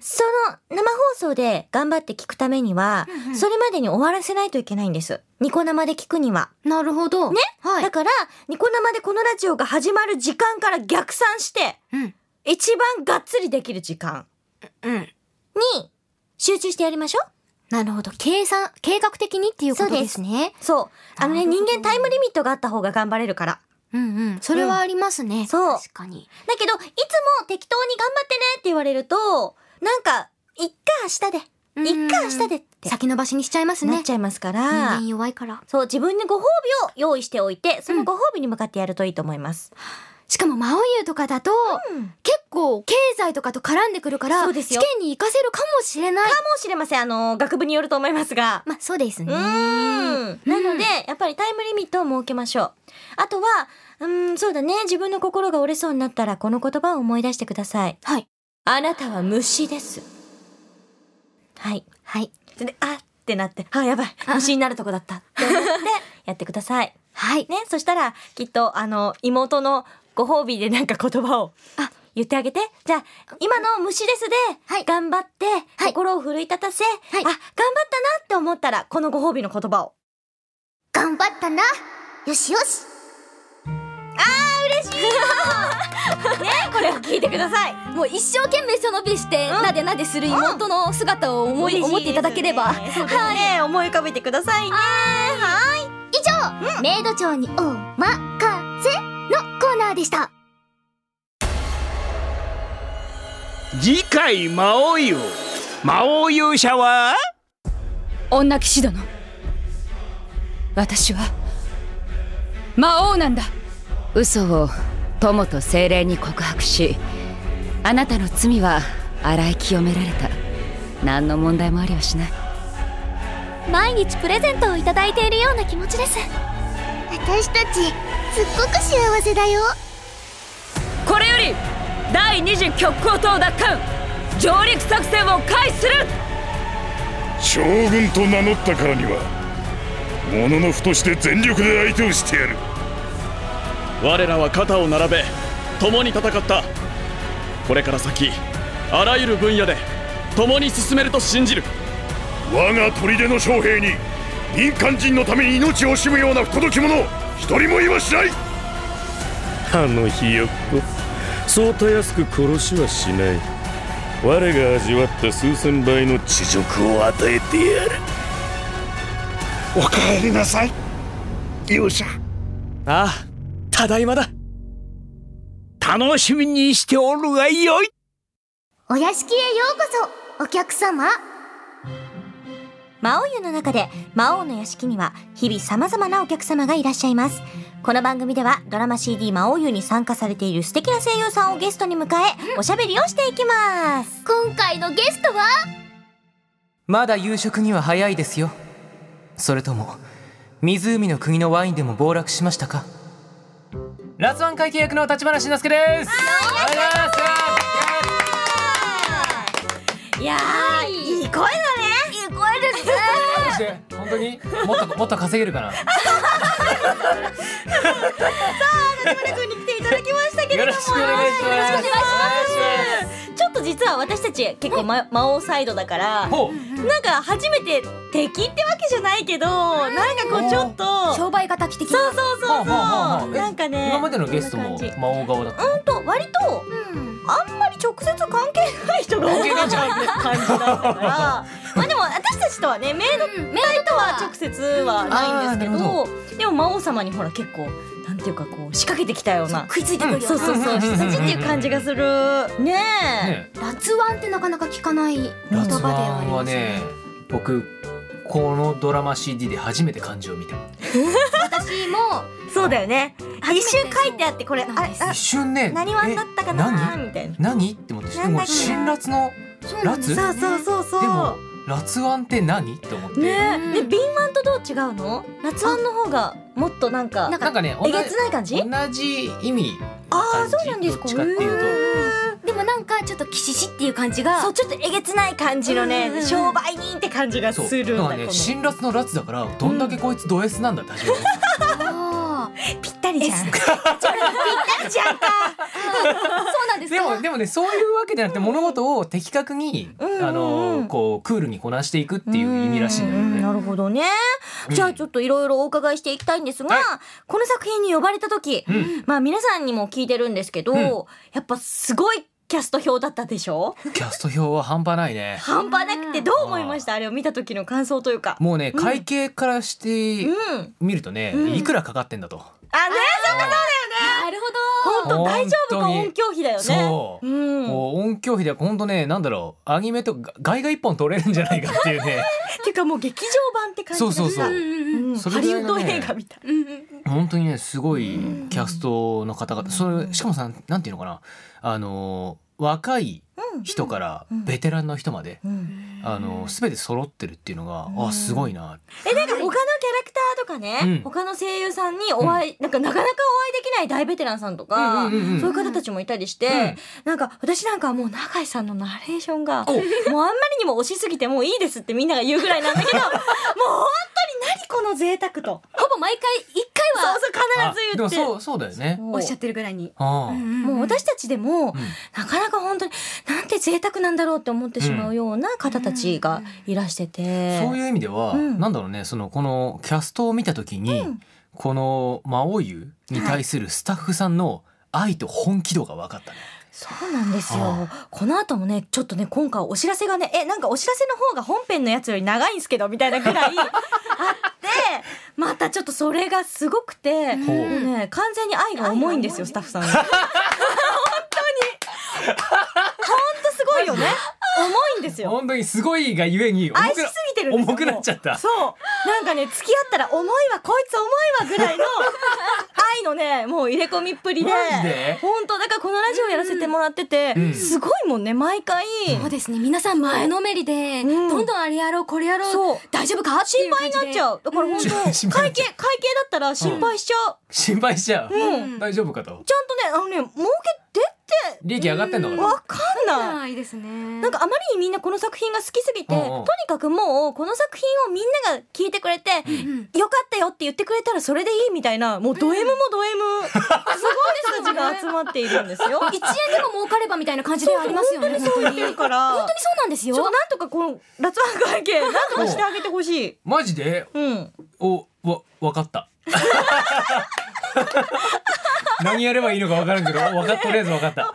Speaker 1: その生放送で頑張って聞くためには、それまでに終わらせないといけないんです。ニコ生で聞くには。
Speaker 4: なるほど。
Speaker 1: ね、だから、ニコ生でこのラジオが始まる時間から逆算して、一番がっつりできる時間
Speaker 4: うん
Speaker 1: に集中してやりましょう。
Speaker 4: なるほど。計算、計画的にっていうことですね。
Speaker 1: そうあのね、人間タイムリミットがあった方が頑張れるから。
Speaker 4: うんうん。それはありますね。
Speaker 1: そう。
Speaker 4: 確かに。
Speaker 1: だけど、いつも適当に頑張ってねって言われると、なんか、いっか明日で。いっか明日でって。
Speaker 4: 先延ばしにしちゃいますね。
Speaker 1: なっちゃいますから。
Speaker 4: 人間弱いから。
Speaker 1: そう、自分にご褒美を用意しておいて、そのご褒美に向かってやるといいと思います。
Speaker 4: しかも、真央優とかだと、結構、経済とかと絡んでくるから、
Speaker 1: そうです
Speaker 4: 試
Speaker 1: よ
Speaker 4: 験に活かせるかもしれな
Speaker 1: か
Speaker 4: い。
Speaker 1: もしれません。あの、学部によると思いますが。
Speaker 4: まあ、そうですね。
Speaker 1: うーん。なので、やっぱりタイムリミットを設けましょう。あとは、うーん、そうだね。自分の心が折れそうになったら、この言葉を思い出してください。
Speaker 4: はい。
Speaker 1: あなたは虫です。はい。
Speaker 4: はい。
Speaker 1: で、あってなって、あ、やばい。虫になるとこだった。って思って、 やってください。
Speaker 4: はい。
Speaker 1: ね。そしたら、きっと、あの、妹のご褒美でなんか言葉を。言ってあげて。じゃあ、今の虫ですで、頑張って、心を奮い立たせ、あ、頑張ったなって思ったら、このご褒美の言葉を。
Speaker 11: 頑張ったなよしよし
Speaker 1: 嬉しいねこれを聞いてください
Speaker 4: もう一生懸命背伸びして、なでなでする妹の姿を思い、思っていただければ。
Speaker 1: そうですね、思い浮かべてくださいね。はい。
Speaker 11: 以上、メイド長におまかせのコーナーでした
Speaker 9: 次回魔王優魔王勇者は
Speaker 6: 女騎士殿私は魔王なんだ嘘を友と精霊に告白しあなたの罪は洗い清められた何の問題もありはしない
Speaker 11: 毎日プレゼントをいただいているような気持ちです私たちすっごく幸せだよ
Speaker 12: これより第二次極光島奪還上陸作戦を開始する
Speaker 13: 将軍と名乗ったからにはもののふとして全力で相手をしてやる
Speaker 14: 我らは肩を並べ共に戦ったこれから先あらゆる分野で共に進めると信じる
Speaker 13: 我が砦の将兵に民間人のために命を惜しむような不届き者一人もいはしない
Speaker 15: あのひよっこそうたやすく殺しはしない我が味わった数千倍の恥辱を与えてやる
Speaker 16: おかえりなさい勇者
Speaker 9: ああただいまだ楽しみにしておるがよい
Speaker 11: お屋敷へようこそお客様
Speaker 1: 魔王湯の中で魔王の屋敷には日々様々なお客様がいらっしゃいます。この番組ではドラマ CD 魔王湯に参加されている素敵な声優さんをゲストに迎えおしゃべりをしていきます。
Speaker 11: 今回のゲストは
Speaker 17: まだ夕食には早いですよそれとも湖の国のワインでも暴落しましたかラスワン会契約の立花慎之介です
Speaker 1: いやー、いい声だね。いい声ですね。
Speaker 17: マジで本当にもっともっと稼げるかな
Speaker 1: 来ていただきましたけれども
Speaker 17: よろしくお願いします
Speaker 1: よろしくお願いしますちょっと実は私たち結構、ま魔王サイドだからなんか初めて敵ってわけじゃないけどなんかこうちょっと商
Speaker 4: 売敵的
Speaker 1: なそうそうそうそう
Speaker 17: ほうほうほうほうえ
Speaker 1: なんかね
Speaker 17: 今までのゲストも魔王顔だった
Speaker 1: うんと割と、 あんまり直接関係ない人が多いなって感じだったからまあでも私たち使とはねメイド,、メイドとは直接はないんで
Speaker 18: あー
Speaker 1: すけ
Speaker 18: な
Speaker 1: どでも魔王様にほら結構なんていうかこう仕掛けてきたような食いつい
Speaker 3: てくるような
Speaker 1: そうそうそう羊っていう感じがするねえ
Speaker 3: ラツワンってなかなか聞かない言葉ではあり
Speaker 17: は
Speaker 3: ますね
Speaker 17: ね僕このドラマ CD で初めて漢字を見た
Speaker 1: 私もそうだよね一瞬書いてあってこれああ
Speaker 17: 一瞬ね
Speaker 1: 何ワンだったかなみたいな
Speaker 17: 何って思ってで
Speaker 1: なんだ
Speaker 17: も
Speaker 1: っけな
Speaker 17: 辛辣の
Speaker 1: そうな
Speaker 17: ラ
Speaker 1: んだ
Speaker 17: ツ
Speaker 1: そうそうそうそう
Speaker 17: でもラツワンって何って思って
Speaker 1: ねえ、で、敏腕とどう違うの？夏腕の方がもっとなんか
Speaker 17: なんかね同
Speaker 1: え
Speaker 17: じ
Speaker 1: げつない感じ？
Speaker 17: 同じ意味
Speaker 1: ああ、そうなんですか。
Speaker 17: どっちかっていうと
Speaker 1: でもなんかちょっとキシシっていう感じが、そうちょっとえげつない感じのね、
Speaker 17: うんうんうん
Speaker 1: 商売人って感じが
Speaker 17: そう
Speaker 1: するん
Speaker 17: だ
Speaker 1: だ
Speaker 17: からね
Speaker 1: この
Speaker 17: 辛辣のラツだからどんだけこいつド S なんだって初めて思っ
Speaker 1: ぴったりじゃん。ぴったりじゃんか。
Speaker 3: そうなんで
Speaker 17: た
Speaker 3: す
Speaker 17: で
Speaker 3: か
Speaker 17: もでもねそういうわけじゃなくて物事を的確にあのこうクールにこなしていくっていう意味らしいんだよね
Speaker 1: なるほどね。
Speaker 17: うん
Speaker 1: じゃあちょっといろいろお伺いしていきたいんですが、この作品に呼ばれた時、
Speaker 17: うん
Speaker 1: まあ皆さんにも聞いてるんですけど、
Speaker 17: うん
Speaker 1: やっぱすごいキャスト表だったでしょ？
Speaker 17: キャスト表は半端ないね
Speaker 1: 半端なくてどう思いましたあれを見た時の感想というか。
Speaker 17: もうね
Speaker 1: ん
Speaker 17: 会計からして見るとね
Speaker 1: うん
Speaker 17: いくらかかってんだと
Speaker 1: あねそうかそうだよね
Speaker 3: なる
Speaker 1: ほど本当大丈夫か
Speaker 17: 本当に
Speaker 1: 音響費だよね
Speaker 17: そう
Speaker 1: うん
Speaker 17: もう音響費で本当ねなんだろうアニメとが外画一本取れるんじゃないかっていうね
Speaker 1: ていうかもう劇場版って感じ
Speaker 17: そうそうそう
Speaker 1: うんうんうん
Speaker 17: そ
Speaker 1: ハ
Speaker 17: れ
Speaker 1: リ
Speaker 17: ぐ
Speaker 1: ウ
Speaker 17: らい
Speaker 1: ッ
Speaker 17: の
Speaker 1: ド
Speaker 17: ね
Speaker 1: 映画みたい
Speaker 17: 本当にねすごいキャストの方々それしかもさなんていうのかなあの若い人からベテランの人まで、あの全て揃ってるっていうのが、あすごいな
Speaker 1: えなんか他のキャラクターとかね、
Speaker 17: うん
Speaker 1: 他の声優さんにお会い、なんかなかなかお会いできない大ベテランさんとか、
Speaker 17: うんうんうんうん
Speaker 1: そういう方たちもいたりして、なんか私なんかはもう永井さんのナレーションがもうあんまりにも推しすぎてもういいですってみんなが言うぐらい なんだけどもう本当に何この贅沢とほぼ毎回一回はそうそう必ず言って
Speaker 17: あでもそうそうだよね
Speaker 1: おっしゃってるぐらいに
Speaker 17: ああ
Speaker 1: もう私たちでも、なかなか本当になんて贅沢なんだろうって思ってしまうような方たちがいらしてて、
Speaker 17: そういう意味では、
Speaker 1: うん
Speaker 17: なんだろうねそのこのキャストを見た時に、この魔王湯に対するスタッフさんの愛と本気度が分かったね。
Speaker 1: そうなんですよ。この後もね、ちょっとね、今回お知らせがね、え、なんかお知らせの方が本編のやつより長いんですけど、みたいなぐらい あって、またちょっとそれがすごくて、も
Speaker 17: ほう
Speaker 1: うね、完全に愛が重いんですよ、スタッフさんが。 本当に。本当すごいよね。重いんですよ。
Speaker 17: 本当にすごいがゆえに重くな
Speaker 1: 愛しすぎてるんですよ
Speaker 17: 重くなっちゃった。
Speaker 1: そうなんかね付き合ったら重いわこいつ重いわぐらいの愛のねもう入れ込みっぷりで
Speaker 3: マジで
Speaker 1: 本当だからこのラジオやらせてもらってて、
Speaker 3: うん
Speaker 1: すごいもんね毎回、
Speaker 3: そうですね皆さん前のめりで、どんどんあれやろうこれやろう大丈夫かってい
Speaker 1: 心
Speaker 3: う感
Speaker 1: 配
Speaker 3: じ
Speaker 1: に
Speaker 3: で
Speaker 1: なっちゃうだから本当
Speaker 17: 心
Speaker 1: 会計会計だったら心配しちゃう、
Speaker 17: 心配しちゃう。
Speaker 1: うん
Speaker 17: 大丈夫かと。
Speaker 1: ちゃんとねあのね儲け出て
Speaker 17: 利益上がってんのかな
Speaker 1: わかんないですねなんかあまりにみんなこの作品が好きすぎて、
Speaker 17: うんうん
Speaker 1: とにかくもうこの作品をみんなが聞いてくれて、よかったよって言ってくれたらそれでいいみたいなもうド M もド M、すごい人たちが集まっているんです よ
Speaker 3: 一円でも儲かればみたいな感じではありますよね
Speaker 1: そうそう本当にそう言ってるから
Speaker 3: 本当にそうなんですよ
Speaker 1: ちょっとなんとかこの脱腕会計なんとかしてあげてほしい
Speaker 17: マジで。
Speaker 1: うん。
Speaker 17: おわ分かった。 何やればいいのか分からんけど分かったとりあえず分かった。
Speaker 1: 役を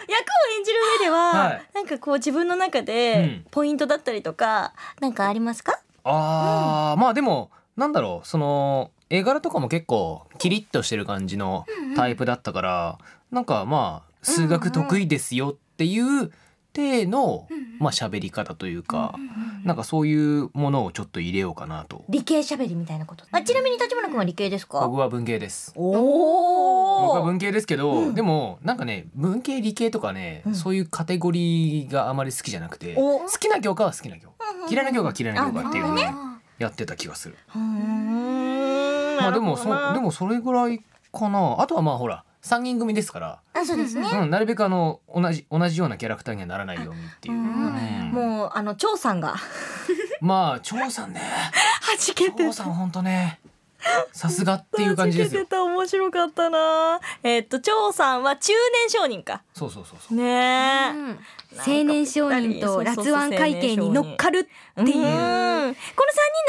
Speaker 1: 演じる上では、
Speaker 17: はい
Speaker 1: なんかこう自分の中でポイントだったりとか、なんかありますか
Speaker 17: あー、まあでもなんだろうその絵柄とかも結構キリッとしてる感じのタイプだったから、なんかまあ数学得意ですよっていう体の、まあ喋り方というか、なんかそういうものをちょっと入れようかなと。
Speaker 1: 理系しゃべりみたいなことあちなみに立花君は理系ですか
Speaker 17: 僕は文系です。
Speaker 1: お
Speaker 17: 僕は文系ですけど、でもなんかね文系理系とかね、そういうカテゴリーがあまり好きじゃなくて好きな教科は好きな教科嫌いな教科は嫌いな教科っていうのをねやってた気がする。まあでもそでもそれぐらいかなあとはまあほら3人組ですから、
Speaker 1: あそうですね、
Speaker 17: うん、なるべくあの同じ同じようなキャラクターにはならないようにっていう、うん
Speaker 1: もうあの張さんがは
Speaker 17: まあ張さんね
Speaker 1: じけて張さ
Speaker 17: ん本当ねさすがっていう感じですよ
Speaker 1: け てた面白かったなえっと張さんは中年商人か
Speaker 17: そうそうそうそ
Speaker 1: ねえ、
Speaker 3: 青年商人とラツワン会計に乗っかるっていう
Speaker 1: うんこの三人の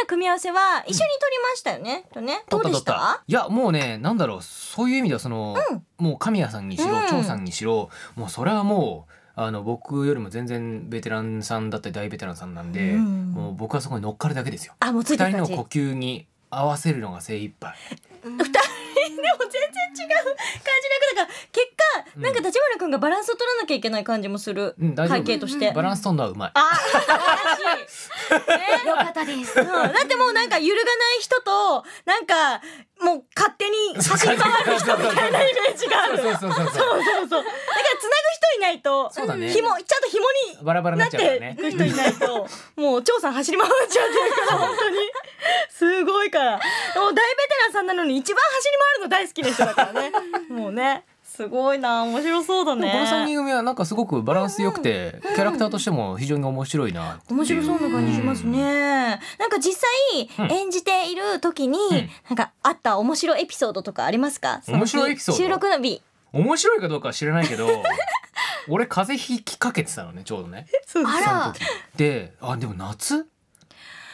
Speaker 1: 組み合わせは一緒に撮りましたよね、とねどうでした
Speaker 17: いやもうねなんだろうそういう意味ではその、もう神谷さんにしろ
Speaker 1: うん
Speaker 17: 張さんにしろもうそれはもうあの僕よりも全然ベテランさんだったり大ベテランさんなんで、もう僕はそこに乗っかるだけですよ。
Speaker 1: あもうついてる
Speaker 17: 二人
Speaker 1: 感
Speaker 17: の
Speaker 1: じ
Speaker 17: 呼吸に合わせるのが精一杯。
Speaker 1: 二人でも全然違う感じだから結果なんか立花君がバランスを取らなきゃいけない感じもする、
Speaker 17: うん、大丈夫
Speaker 1: 会計として
Speaker 17: バランス取るのはうまい。
Speaker 1: よかったです、うんだってもうなんか揺るがない人となんかもう勝手に走り回る人みたいなイメージがある
Speaker 17: そうそうそうそう
Speaker 1: そうそうだから繋ぐ人いないと
Speaker 17: そうだね
Speaker 1: 紐ちゃんと紐に
Speaker 17: バラバラになっちゃうから
Speaker 1: なっ
Speaker 17: ね
Speaker 1: てく人いないともう張さん走り回っちゃってるから本当にすごいからもう大ベテランさんなのに一番走り回るの大好きな人だからねもうねすごいな面白そうだ
Speaker 17: でも
Speaker 1: ね
Speaker 17: この三人組はなんかすごくバランス良くて、キャラクターとしても非常に面白いな。
Speaker 1: 面白そうな感じしますね。なんか実
Speaker 17: う
Speaker 1: 際
Speaker 17: ん
Speaker 1: 演じている時に、なんかあった面白いエピソードとかありますか？その日
Speaker 17: 面白いエピソード
Speaker 1: 収録の日。
Speaker 17: 面白いかどうかは知らないけど、 俺風邪ひきかけてたのねちょうどね。
Speaker 1: あら、
Speaker 17: で、あでも夏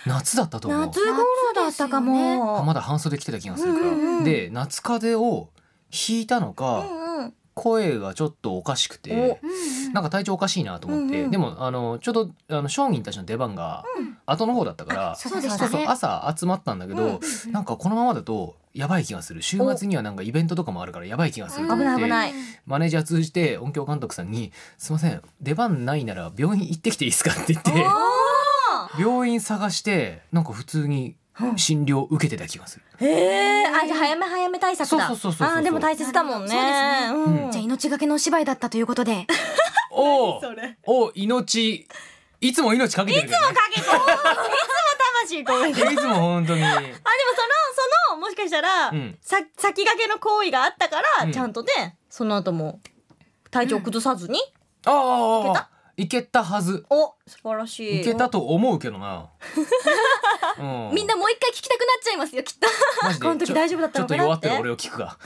Speaker 17: 夏だったと思う。
Speaker 1: 夏頃だったかも。
Speaker 17: まだ半袖着てた気がするから。
Speaker 1: うんうんうん
Speaker 17: で夏風邪をひいたのか、
Speaker 1: うん
Speaker 17: 声がちょっとおかしくて、なんか体調おかしいなと思っ
Speaker 1: う
Speaker 17: て、
Speaker 1: んうん
Speaker 17: でもあのちょうどあの商人たちの出番が
Speaker 1: うん
Speaker 17: 後の方だったから、
Speaker 1: そうでしたね
Speaker 17: 朝集まったんだけど、なんかこのままだとやばい気がする週末にはなんかイベントとかもあるからやばい気がすると
Speaker 1: 危
Speaker 17: 思
Speaker 1: ない
Speaker 17: って
Speaker 1: 危ない。
Speaker 17: マネージャー通じて音響監督さんに「すいません出番ないなら病院行ってきていいですか?」って言って病院探してなんか普通に診療受けてた気がする。
Speaker 1: へえ、あじゃあ早め早め対策だ。
Speaker 17: そうそうそうそうそう
Speaker 1: あーでも大切だもんね。
Speaker 4: そうですね
Speaker 1: うん
Speaker 4: じゃあ命がけのお芝居だったということで
Speaker 17: おうおう命いつも命かけてるけどね、
Speaker 1: いつも魂込めて。あ
Speaker 17: い
Speaker 1: で
Speaker 17: つ
Speaker 1: も
Speaker 17: も 本当に
Speaker 1: そのそのもしかしたら、
Speaker 17: うん
Speaker 1: さ先駆けの行為があったから、
Speaker 17: うん
Speaker 1: ちゃんとねその後も体調崩さずに。
Speaker 17: ああああいけたはず
Speaker 1: お素晴らしい。
Speaker 17: いけたと思うけ どな、うん
Speaker 3: みんなもう一回聞きたくなっちゃいますよき っと
Speaker 17: マジで
Speaker 1: この時大丈夫だったのかなって
Speaker 17: ちょっと弱ってる俺を聞くが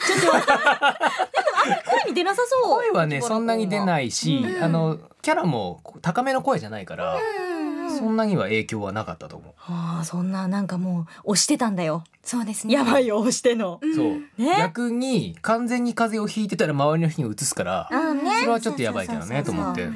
Speaker 1: 声に出なさそう。
Speaker 17: 声はねそんなに出ないし、
Speaker 1: うん
Speaker 17: あのキャラも高めの声じゃないから、そんなには影響はなかったと思
Speaker 1: ああそんななんかもう押してたんだよ
Speaker 4: そうです
Speaker 1: やばいよ押しての、
Speaker 17: う、そう、逆に完全に風邪をひいてたら周りの人に移すから、
Speaker 1: あーね
Speaker 17: それはちょっとやばいけどねと思って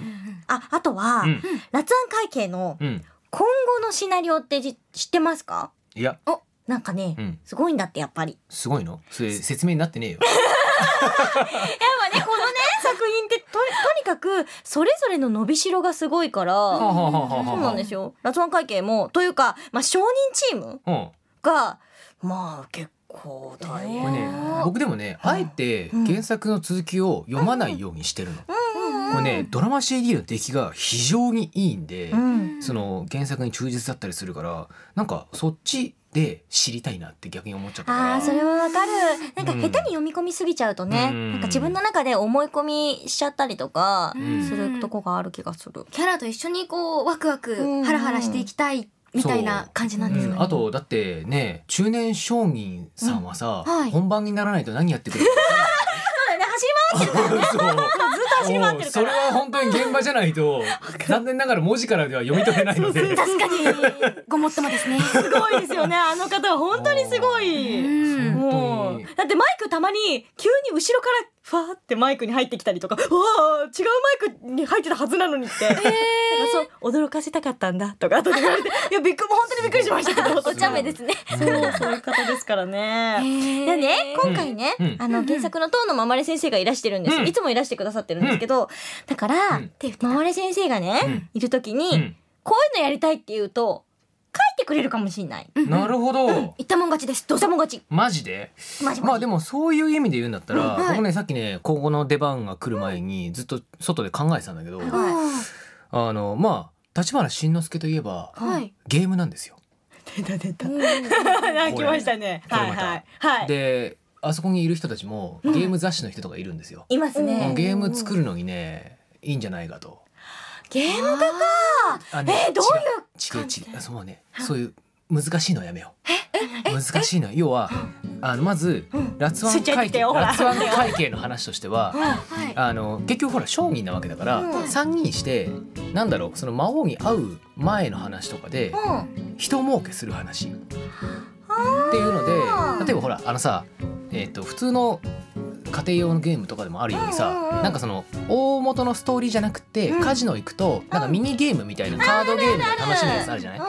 Speaker 1: ああとは、
Speaker 17: うん
Speaker 1: 辣腕会計の
Speaker 17: うん
Speaker 1: 今後のシナリオってじ知ってますか
Speaker 17: いや
Speaker 1: なんかね、
Speaker 17: うん
Speaker 1: すごいんだってやっぱり
Speaker 17: すごいのそれ説明になってねえよ
Speaker 1: やっぱねこのね作品 ってととにかくそれぞれの伸びしろがすごいから
Speaker 17: はあはあはあはあ
Speaker 1: そうなんですよ辣腕会計もというかまあ承認チーム
Speaker 17: うん
Speaker 1: がまあ結構大変
Speaker 17: これね僕でもねあえて原作の続きを読まないようにしてるの。これねドラマ CD の出来が非常にいいんで、
Speaker 1: うん
Speaker 17: その原作に忠実だったりするからなんかそっちで知りたいなって逆に思っちゃったから
Speaker 1: あーそれはわかるなんか
Speaker 17: うん
Speaker 1: 下手に読み込みすぎちゃうとね、
Speaker 17: うん
Speaker 1: なんか自分の中で思い込みしちゃったりとか
Speaker 17: うん
Speaker 1: するとこがある気がする、
Speaker 4: キャラと一緒にこうワクワ
Speaker 1: ん
Speaker 4: クハラハラしていきたいみたいな感じなんです
Speaker 17: う
Speaker 4: か
Speaker 17: んあとだってね中年商人さんはさ、
Speaker 4: うんはい
Speaker 17: 本番にならないと何やってくれるか
Speaker 1: そうだよね走り回ってるからね
Speaker 17: そう
Speaker 1: もうずっと走り回ってるか
Speaker 17: それは本当に現場じゃない と残念ながら文字からでは読み取れないので。
Speaker 4: 確かにごもっともですね
Speaker 1: らすごいですよねあの方は本当にすごいもうだってマイクたまに急に後ろからファーってマイクに入ってきたりとかうわあ違うマイクに入ってたはずなのにって、なんかそう驚かせたかったんだとか後で言われていやびっくり本当にびっくりしましたけど
Speaker 3: お茶目ですね
Speaker 1: そう、そういう方ですからね。でね、今回ね
Speaker 3: うんう、ん
Speaker 1: あの原作の当のままれ先生がいらしてるんです。
Speaker 3: うん
Speaker 1: いつもいらしてくださってるんですけど、だから、ままれ先生がね、いるときに、こういうのやりたいって言うと、書いてくれるかもしれない。
Speaker 17: なるほど。
Speaker 1: 言ったもん勝ちです。どうしたもん勝ち。
Speaker 17: マジで
Speaker 1: マジマジ
Speaker 17: まあでもそういう意味で言うんだったら、
Speaker 1: うんはい
Speaker 17: 僕ねさっきね高校の出番が来る前にずっと外で考えてたんだけど、あのまあ立花慎之介といえば、
Speaker 1: はい。
Speaker 17: ゲームなんですよ。
Speaker 1: 出た出た。来ましたね。
Speaker 17: これ
Speaker 1: はい
Speaker 17: また
Speaker 1: はい。はい。
Speaker 17: であそこにいる人たちもゲーム雑誌の人とかいるんですよ。
Speaker 1: いますね。
Speaker 17: ゲーム作るのにねいいんじゃないかと。
Speaker 1: ゲーム画
Speaker 17: あ
Speaker 1: か。
Speaker 17: ね
Speaker 1: えー、どういう
Speaker 17: 違う違うそうねそういう難しいのはやめよう難しいのは要はあのまず辣
Speaker 1: スイッ
Speaker 17: 腕
Speaker 1: チ入ってきたよ
Speaker 17: 会計
Speaker 1: ほら
Speaker 17: 辣腕会計の話とし ては
Speaker 1: は
Speaker 17: あの結局ほら商人なわけだから3人してなんだろうその魔王に会う前の話とかで人儲けする話っていうので例えばほらあのさえっと普通の家庭用のゲームとかでもあるよう
Speaker 1: うん
Speaker 17: に
Speaker 1: うん
Speaker 17: さ
Speaker 1: うん
Speaker 17: なんかその大元のストーリーじゃなくて
Speaker 1: うん
Speaker 17: カジノ行くとなんかミニゲームみたいなカードゲームが楽しめるやつあるじゃない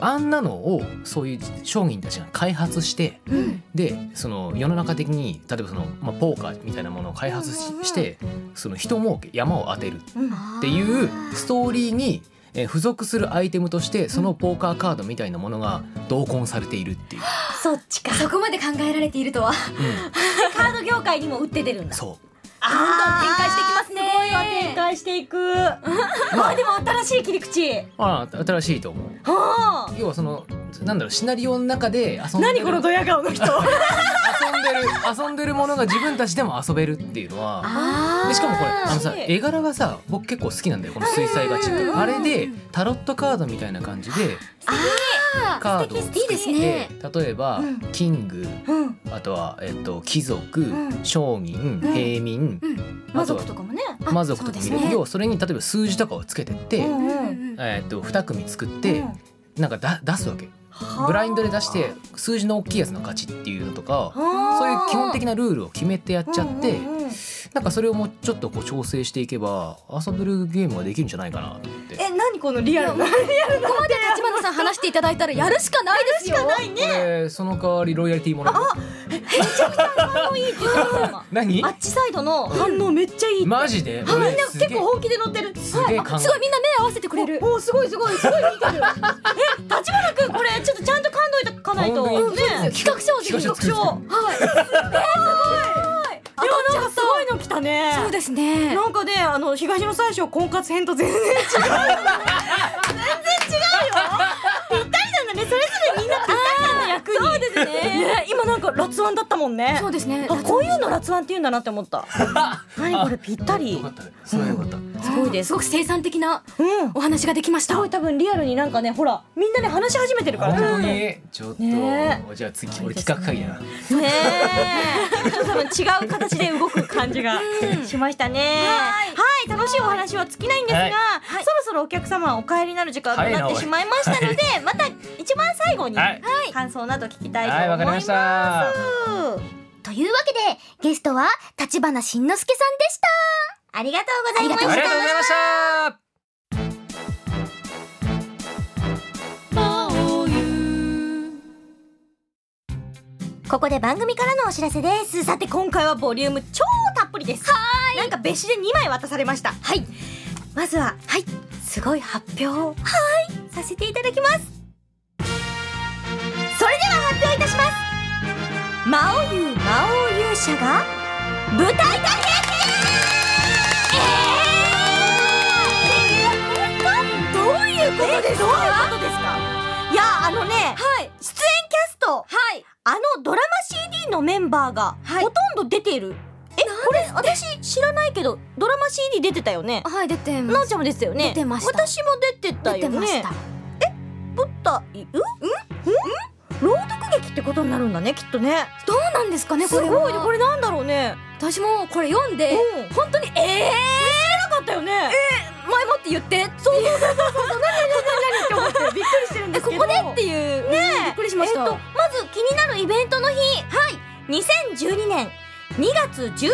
Speaker 17: あんなのをそういう商人たちが開発してでその世の中的に例えばその、まあ、ポーカーみたいなものを開発ししてその人儲け山を当てるっていうストーリーにえー付属するアイテムとしてそのポーカーカードみたいなものが同梱されているっていう、
Speaker 1: そっちか
Speaker 3: そこまで考えられているとは
Speaker 1: カード業界にも売って出るんだ
Speaker 17: そう
Speaker 1: どんどん展開していきますねすごいわ展開していくあーでも新しい切り口
Speaker 17: ああ新しいと思う
Speaker 1: は
Speaker 17: 要はそのなんだろうシナリオの中で遊んでる
Speaker 1: 何このドヤ顔の人
Speaker 17: 遊んでる遊んでるものが自分たちでも遊べるっていうのはでしかもこれあのさ絵柄がさ僕結構好きなんだよこの水彩画チックあれでタロットカードみたいな感じでカードを作って
Speaker 3: いいですね
Speaker 17: 例えば、
Speaker 3: うん
Speaker 17: キング
Speaker 1: うん
Speaker 17: あとは、えっと、貴族、
Speaker 1: うん
Speaker 17: 商人、
Speaker 1: うん
Speaker 17: 平民、
Speaker 1: 魔族とかもねあ
Speaker 17: 魔族とか見
Speaker 1: そ
Speaker 17: る
Speaker 1: うですね
Speaker 17: 要はそれに例えば数字とかをつけてって、
Speaker 1: うんうん
Speaker 17: えっと2組作って、なんかだ出すわけブラインドで出して数字の大きいやつの勝ちっていうのとかそういう基本的なルールを決めてやっちゃって、なんかそれをもうちょっとこう調整していけば遊べるゲームができるんじゃないかなと思って
Speaker 1: え何このリアルなリアルな
Speaker 3: ここまで立花さん話していただいたらやるしかないですよ
Speaker 1: やるしかないね
Speaker 17: でその代わりロイヤリティもらえる
Speaker 1: 反応いいって言ってた今
Speaker 17: 何
Speaker 1: あっちサイドの反応めっちゃいいって
Speaker 17: マジで
Speaker 1: あみんな
Speaker 17: 俺すげ
Speaker 1: 結
Speaker 17: え
Speaker 1: 構本気で乗ってる
Speaker 17: すげえ感動
Speaker 1: すごいみんな目合わせてくれるおおすごいすごいすごい見て るえ立花くんこれちょっとちゃんと感動いとかないと
Speaker 3: 本当に
Speaker 1: ね
Speaker 3: 企画書をぜひ
Speaker 1: 企画書はいえーすごいいやなんかすごいの来たねそうですねなんかねあの東の最初婚活編と全然違う全然違うよ ぴったりなんだねそれぞれみんなぴったりなんだ役にそうですね今なんか辣腕だったもんねそうですねこういうの辣腕って言うんだなって思った 何これぴった り
Speaker 17: そういうこと
Speaker 1: すごいです。すごく生産的なお話ができました。すごい多分リアルになんかね、ほら、みんなで話し始めてるから。
Speaker 17: 本当
Speaker 1: ね
Speaker 17: にちょっと、
Speaker 1: ね
Speaker 17: じゃあ次俺企画会議だな
Speaker 1: え。ねえ。ちょっと多分違う形で動く感じがしましたね。はい、楽しいお話は尽きないんですが
Speaker 3: はい、
Speaker 1: そろそろお客様お帰りになる時間となってしまいましたので、また一番最後に
Speaker 4: はい
Speaker 1: 感想など聞きたいと
Speaker 4: はいわ
Speaker 1: 思
Speaker 4: か
Speaker 1: い
Speaker 4: り
Speaker 1: ま
Speaker 4: まし
Speaker 1: す。
Speaker 4: たというわけでゲストは立花慎之介さんでしたありがとうございました
Speaker 10: ありがとうございました
Speaker 1: ここで番組からのお知らせですさて今回はボリューム超たっぷりですはいなんか別紙で2枚渡されましたはいまずははいすごい発表をはいさせていただきますそれでは発表いたします魔王優魔王勇者が舞台化決定どういうことですかどういうことですかいやあのね、出演キャスト、あのドラマ CD のメンバーがほとんど出ている、えこれ私知らないけどドラマ CD 出てたよねはい出てなおちゃんも出てたよね
Speaker 3: 出てました
Speaker 1: 私も出てた
Speaker 3: 出
Speaker 1: よね
Speaker 3: てました
Speaker 1: えぶったいうんうん朗読劇ってことになるんだねきっとね
Speaker 3: どうなんですかねこれ
Speaker 1: すごいね
Speaker 3: は
Speaker 1: これなんだろうね
Speaker 3: 私もこれ読んで、
Speaker 1: うん
Speaker 3: 本当にええ
Speaker 1: 知らなかったよね
Speaker 3: ー、前もって言って
Speaker 1: そうそうそうそうそう何何何何って思ってびっくりしてるんですけど
Speaker 3: ここでっていう
Speaker 1: ねえ
Speaker 3: びっくりしました
Speaker 1: えっとまず気になるイベントの日はい2012年2月19日日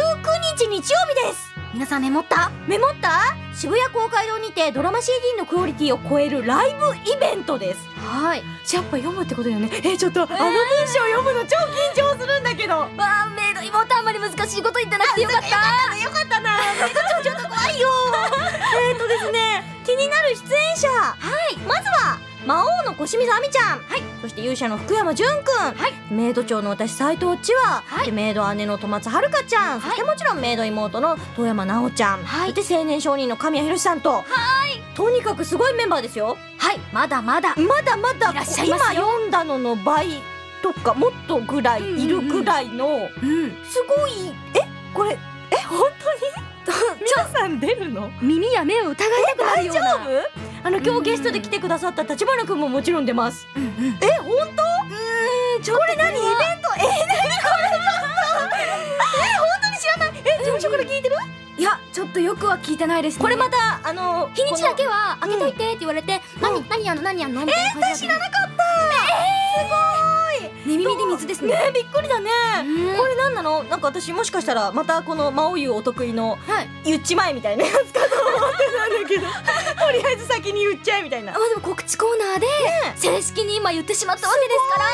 Speaker 1: 曜日です皆さんメモったメモった渋谷公会堂にてドラマ CD のクオリティを超えるライブイベントですはいやっぱ読むってことだよねえちょっと、あの文章読むの超緊張するんだけどわあメイド妹あんまり難しいこと言ってなくてよかったよかったなメイド長ちょっと怖いよ えっとですね気になる出演者はいまずは魔王の小清水亜美ちゃん、はい、そして勇者の福山潤くん、はい、メイド長の私斎藤千和、でメイド姉の戸松遥香ちゃん、そしてもちろんメイド妹の遠山奈緒ちゃん、そして青年商人の神谷博さんととにかくすごいメンバーですよはいまだまだまだまだ
Speaker 3: いらっしゃいますよ
Speaker 1: 今読んだのの倍とかもっとぐらいいるぐらいのすごいえこれえ本当に 皆さん出るの
Speaker 3: 耳や目を疑いたくなる
Speaker 1: 大
Speaker 3: よ
Speaker 1: 丈
Speaker 3: うな
Speaker 1: 夫あの今日ゲストで来てくださった立花くんももちろん出ます、え本当これ何イベントえ何これえ本当に知らないえ事務所から聞いてる
Speaker 3: いやちょっとよくは聞いてないです、ね、
Speaker 1: これまたあの
Speaker 3: 日にちだけは開けといてって言われて、何何やんの何やんのみたいな感じだった
Speaker 1: 知らなかった、
Speaker 3: え寝耳に水ですね
Speaker 1: ねびっくりだね、これ何なのなんか私もしかしたらまたこの魔王湯お得意の、言っちまえみたいなやつかと思ってたん だけどとりあえず先に言っちゃえみたいな
Speaker 3: まあでも告知コーナーで正式に今言ってしまったわけですから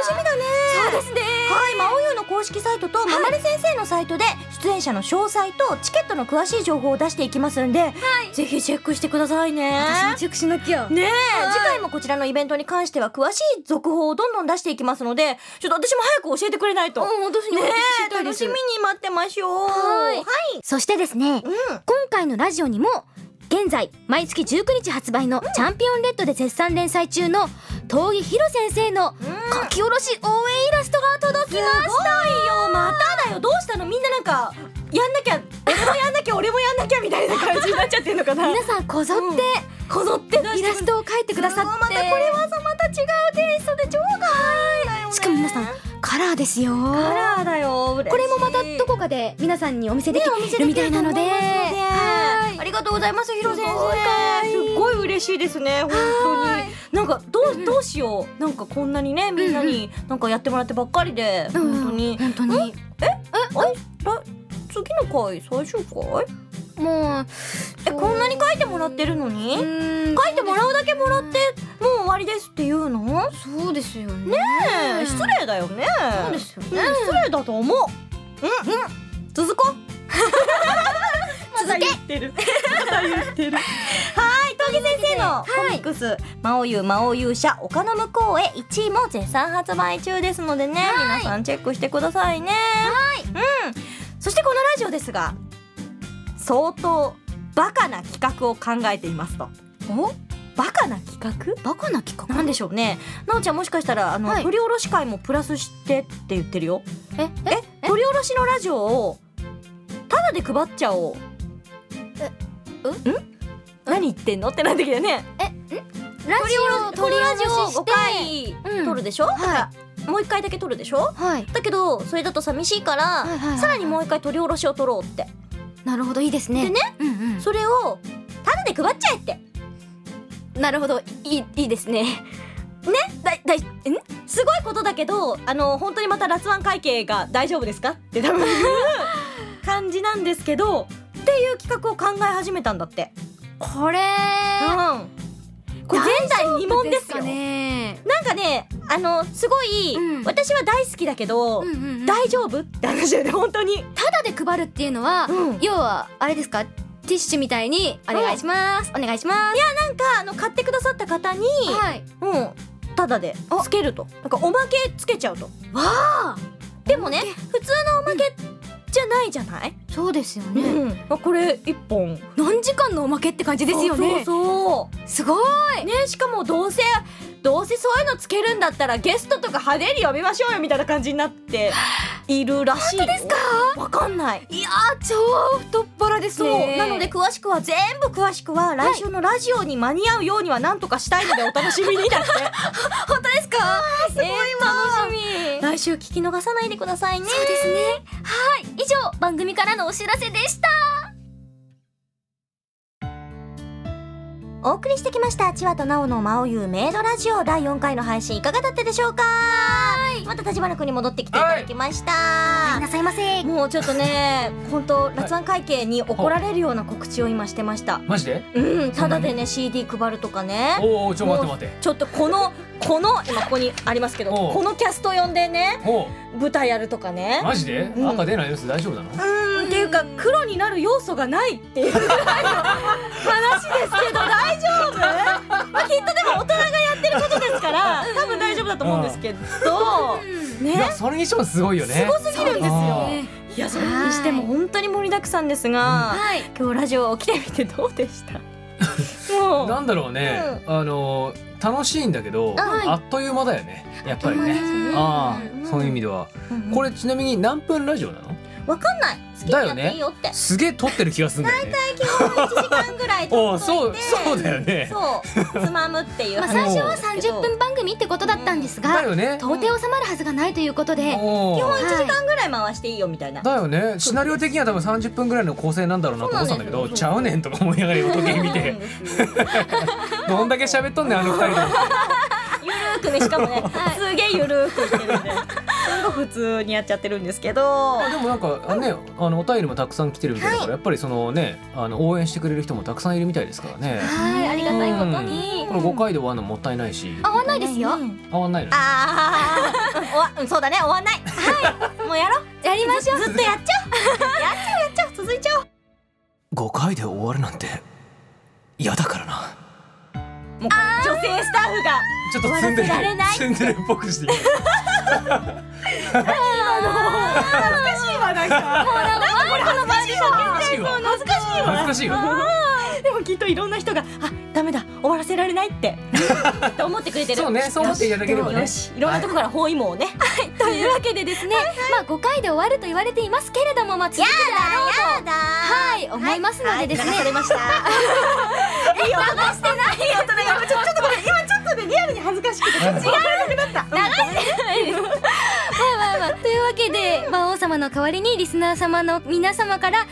Speaker 1: すごいね楽
Speaker 3: そ
Speaker 1: しみだね
Speaker 3: うですね
Speaker 1: はい魔王湯の公式サイトとまなり先生のサイトで出演者の詳細とチケットの詳しい情報を出していきますんで、ぜひチェックしてくださいね
Speaker 3: 私もチェックしなきゃ
Speaker 1: ねえ、次回もこちらのイベントに関しては詳しい続報をどんどん出していきますのでちょっと私も早く教えてくれないと、
Speaker 3: 私も
Speaker 1: ね
Speaker 3: 知り
Speaker 1: え
Speaker 3: たいで
Speaker 1: 楽
Speaker 3: す
Speaker 1: しみに待ってましょう
Speaker 3: はい
Speaker 1: はい
Speaker 3: そしてですね、今回のラジオにも現在毎月19日発売の「チャンピオンレッド」で絶賛連載中の峠義博先生の書き下ろし応援イラストが届きました
Speaker 1: すごいよまただよどうしたのみんななんかやんなきゃ俺もやんなきゃ俺もやんなきゃみたいな感じになっちゃってるのかな
Speaker 3: 皆さんこぞって、
Speaker 1: こぞって
Speaker 3: イラストを描いてくださって
Speaker 1: またこれはさまた違うテイストで超可愛いんだよね
Speaker 3: しかも皆さんカラーですよ
Speaker 1: カラーだよ嬉しい
Speaker 3: これもまたどこかで皆さんにお見せでき
Speaker 1: ねお見せ
Speaker 3: る
Speaker 1: で
Speaker 3: み
Speaker 1: き
Speaker 3: たい
Speaker 1: ると
Speaker 3: なの
Speaker 1: 思い
Speaker 3: で
Speaker 1: ますので
Speaker 3: は
Speaker 1: ありがとうございますヒロ先
Speaker 3: すごい可愛
Speaker 1: 生
Speaker 3: い
Speaker 1: すっごい嬉しいですね本当になんかどうどうしようなんかこんなにねみんなになんかやってもらってばっかりで
Speaker 3: うん
Speaker 1: 本当に
Speaker 3: 本当に
Speaker 1: ええあら次の回最終回
Speaker 3: もう
Speaker 1: えこんなに書いてもらってるのに書いてもらうだけもらってもう終わりですっていうの
Speaker 3: そうですよね
Speaker 1: ねえ失礼だよね
Speaker 3: そうですよね
Speaker 1: ん失礼だと思ううん、うん、続こう まだ言ってる まだ言ってるはい峠先生のコミックス「魔王優魔王勇者丘の向こうへ」1位も絶賛発売中ですのでね皆さんチェックしてくださいねはいうんそしてこのラジオですが相当バカな企画を考えていますと。おバカな企画バカな企画なんでしょうねなおちゃんもしかしたらあの、取り下ろし会もプラスしてって言ってるよええ取り下ろしのラジオをタダで配っちゃおうえん何言ってんのってなってきたねえ
Speaker 3: ラジオ
Speaker 1: 取り下ろし
Speaker 3: 取り
Speaker 1: 5回取るでしょ、だからもう一回だけ取るでしょ、だけどそれだと寂しいから、さらにもう一回取り下ろしを取ろうって
Speaker 3: なるほどいいですね
Speaker 1: でね、それをタダで配っちゃえって
Speaker 3: なるほどいいいいですね
Speaker 1: ねだいだいんすごいことだけどあの本当にまた辣腕会計が大丈夫ですかって 多分感じなんですけどっていう企画を考え始めたんだって
Speaker 3: これ
Speaker 1: うんこれ前代未聞ですよなんかねあのすごい、私は大好きだけど、大丈夫って話だよね本当に
Speaker 3: ただで配るっていうのは、要はあれですかティッシュみたいにお願いします、お願いします
Speaker 1: いやなんかあの買ってくださった方に、うんただでつけるとなんかおまけつけちゃうと
Speaker 3: わあ
Speaker 1: でもね普通のおまけじゃないじゃない、
Speaker 3: そうですよね、
Speaker 1: あこれ一本
Speaker 3: 何時間のおまけって感じですよね
Speaker 1: そうそうそう
Speaker 3: すごい
Speaker 1: ねしかもどうせどうせそういうのつけるんだったらゲストとか派手に呼びましょうよみたいな感じになって いるらしいよ
Speaker 3: 本当ですか
Speaker 1: わかんない
Speaker 3: いやー超太っ腹ですね
Speaker 1: そうなので詳しくは全部詳しくは来週のラジオに間に合うようにはなんとかしたいのでお楽しみに だって
Speaker 3: 本当ですか
Speaker 1: すごいわ
Speaker 3: 楽しみ
Speaker 1: 来週聞き逃さないでくださいね
Speaker 3: そうですねはい以上番組からのお知らせでした
Speaker 1: お送りしてきました千葉と奈緒の真央ゆうメイドラジオ第4回の配信いかがだったでしょうかまた立花君に戻ってきていただきましたな
Speaker 3: さいませ
Speaker 1: もうちょっとね本当辣腕会計に怒られるような告知を今してました
Speaker 17: マジで
Speaker 1: うんただでね CD 配るとかね
Speaker 17: おうおうちょ待って
Speaker 1: もう
Speaker 17: 待って
Speaker 1: ちょっとこのこの今ここにありますけど
Speaker 17: おう
Speaker 1: このキャスト呼んでね
Speaker 17: おう
Speaker 1: 舞台やるとかね
Speaker 17: マジで
Speaker 1: うん
Speaker 17: 赤出ないやつ大丈夫なの
Speaker 1: うーんっていうか黒になる要素がないっていうぐらいの話ですけど大丈夫、まあ、きっとでも大人がやってることですから多分大丈夫だと思うんですけど、ね
Speaker 17: いやそれにしてもすごいよね
Speaker 1: すごすぎるんですよ
Speaker 17: あ
Speaker 1: いやそれにしても本当に盛りだくさんですが、今日ラジオ来てみてどうでしたも
Speaker 17: ーなんだろうねあのー楽しいんだけど
Speaker 1: あはい
Speaker 17: あっという間だよねやっぱり
Speaker 1: あっ
Speaker 17: ね
Speaker 1: という間ですね
Speaker 17: ああそういう意味ではこれちなみに何分ラジオなの
Speaker 1: わかんない好きにや
Speaker 17: だよ
Speaker 1: って
Speaker 17: ね
Speaker 1: いいよって
Speaker 17: すげえ撮ってる気がするんだよね
Speaker 1: 最近は1時間ぐらい
Speaker 17: お
Speaker 1: 撮
Speaker 17: う
Speaker 1: っと
Speaker 17: そ
Speaker 1: いうて
Speaker 17: そうだよね
Speaker 1: そうつまむって いう
Speaker 3: まあ、
Speaker 1: 話
Speaker 3: 最初
Speaker 1: な
Speaker 3: は
Speaker 1: んですけど
Speaker 3: 30分番組ってことだったんです
Speaker 17: だ
Speaker 3: が、
Speaker 17: よね
Speaker 3: 到底収まるはずがないということで、
Speaker 17: おー
Speaker 1: 基本1時間ぐらい回していいよみたいな、
Speaker 17: だよねシナリオ的には多分30分ぐらいの構成なんだろうなと思ってたんだけどちゃうねんとか思いながら時計見てどんだけ喋っとんねんあの二人で
Speaker 1: ゆるるくねしかもね、すげえゆるくいってるんですごい普通にやっちゃってるんですけど
Speaker 17: でもなんかあのね、あのお便りもたくさん来てるみたいだから、やっぱりそのねあの応援してくれる人もたくさんいるみたいですからね
Speaker 3: はいありがたいことに
Speaker 17: これ5回で終わるのもったいないし
Speaker 3: 合わないですよ
Speaker 17: 合わないの
Speaker 1: ああ終わうんそうだね終わんないはいもうやろう
Speaker 3: やりましょう
Speaker 1: ずずっとやっちゃうやっちゃうやっちゃう続いちゃおう
Speaker 17: 5回で終わるなんて嫌だからな
Speaker 1: もうこれ女性スタッフが
Speaker 17: ちょっとツンデ
Speaker 1: 終わ
Speaker 17: レ
Speaker 1: らせられない
Speaker 17: ツンデレっぽくしてきた
Speaker 1: 懐かしいわなんかなんかこれ恥ずかしいわ恥ずかしいわ
Speaker 17: 恥ずかしいわ
Speaker 1: あーでもきっといろんな人があダメだ終わらせられないってって思ってくれてる
Speaker 17: そうねそう思っていただければね
Speaker 1: よしいろんなとこから包囲網をね
Speaker 3: というわけでですね、まあ5回で終わると言われていますけれども、まあ続くであろうと
Speaker 1: やだやだ
Speaker 3: はい思いますのでですね、
Speaker 1: はい流されました
Speaker 3: 流してないよ
Speaker 1: ちょっとちょっとごめん今ちょっとねリアルに恥ずかしくて違うなくなった
Speaker 3: 流してないですまあまあまあというわけで魔王様の代わりにリスナー様の皆様から、ね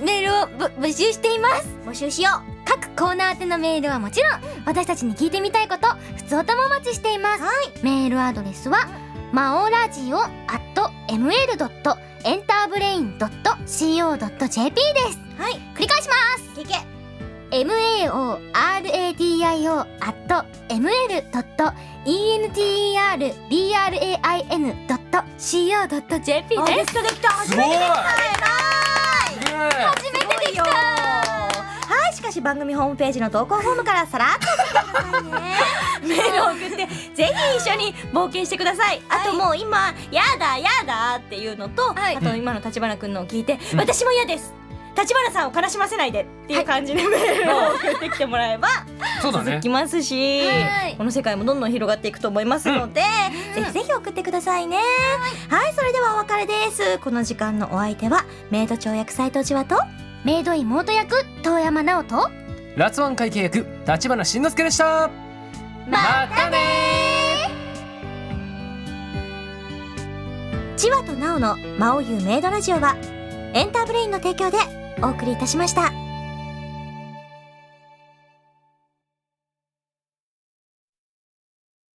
Speaker 3: メールをぶ募集しています
Speaker 1: 募集しよう
Speaker 3: 各コーナー宛てのメールはもちろん私たちに聞いてみたいこと普通歌もお待ちしています、メールアドレスはマオラジオ at mail.enterbrain.co.jp です
Speaker 1: はい
Speaker 3: 繰り返します
Speaker 1: けけ
Speaker 3: maoradio at mail.enterbrain.co.jp
Speaker 1: あ
Speaker 3: で
Speaker 1: ですきたできた初めてできた偉い
Speaker 3: 初めてできた
Speaker 1: はいしかし番組ホームページの投稿フォームからさらっと送ってくださいね メールを送ってぜひ一緒に冒険してくださいあともう今「やだやだ」っていうのと、あと今の立花君のを聞いて「私も嫌です」立花さんを悲しませないでっていう感じでメールを送ってきてもらえば
Speaker 17: そうだ
Speaker 1: 続
Speaker 17: ね
Speaker 1: きますし、
Speaker 3: はい
Speaker 1: この世界もどんどん広がっていくと思いますので、ぜひぜひ送ってくださいね、はいそれではお別れですこの時間のお相手はメイド長役斎藤千和と
Speaker 3: メイド妹役遠山直人
Speaker 17: ラツワン会計役立花慎之介でした
Speaker 3: ま
Speaker 17: たね
Speaker 1: 千和と奈緒の「魔王優メイドラジオは」エンターブレインの提供でお送りいたしました。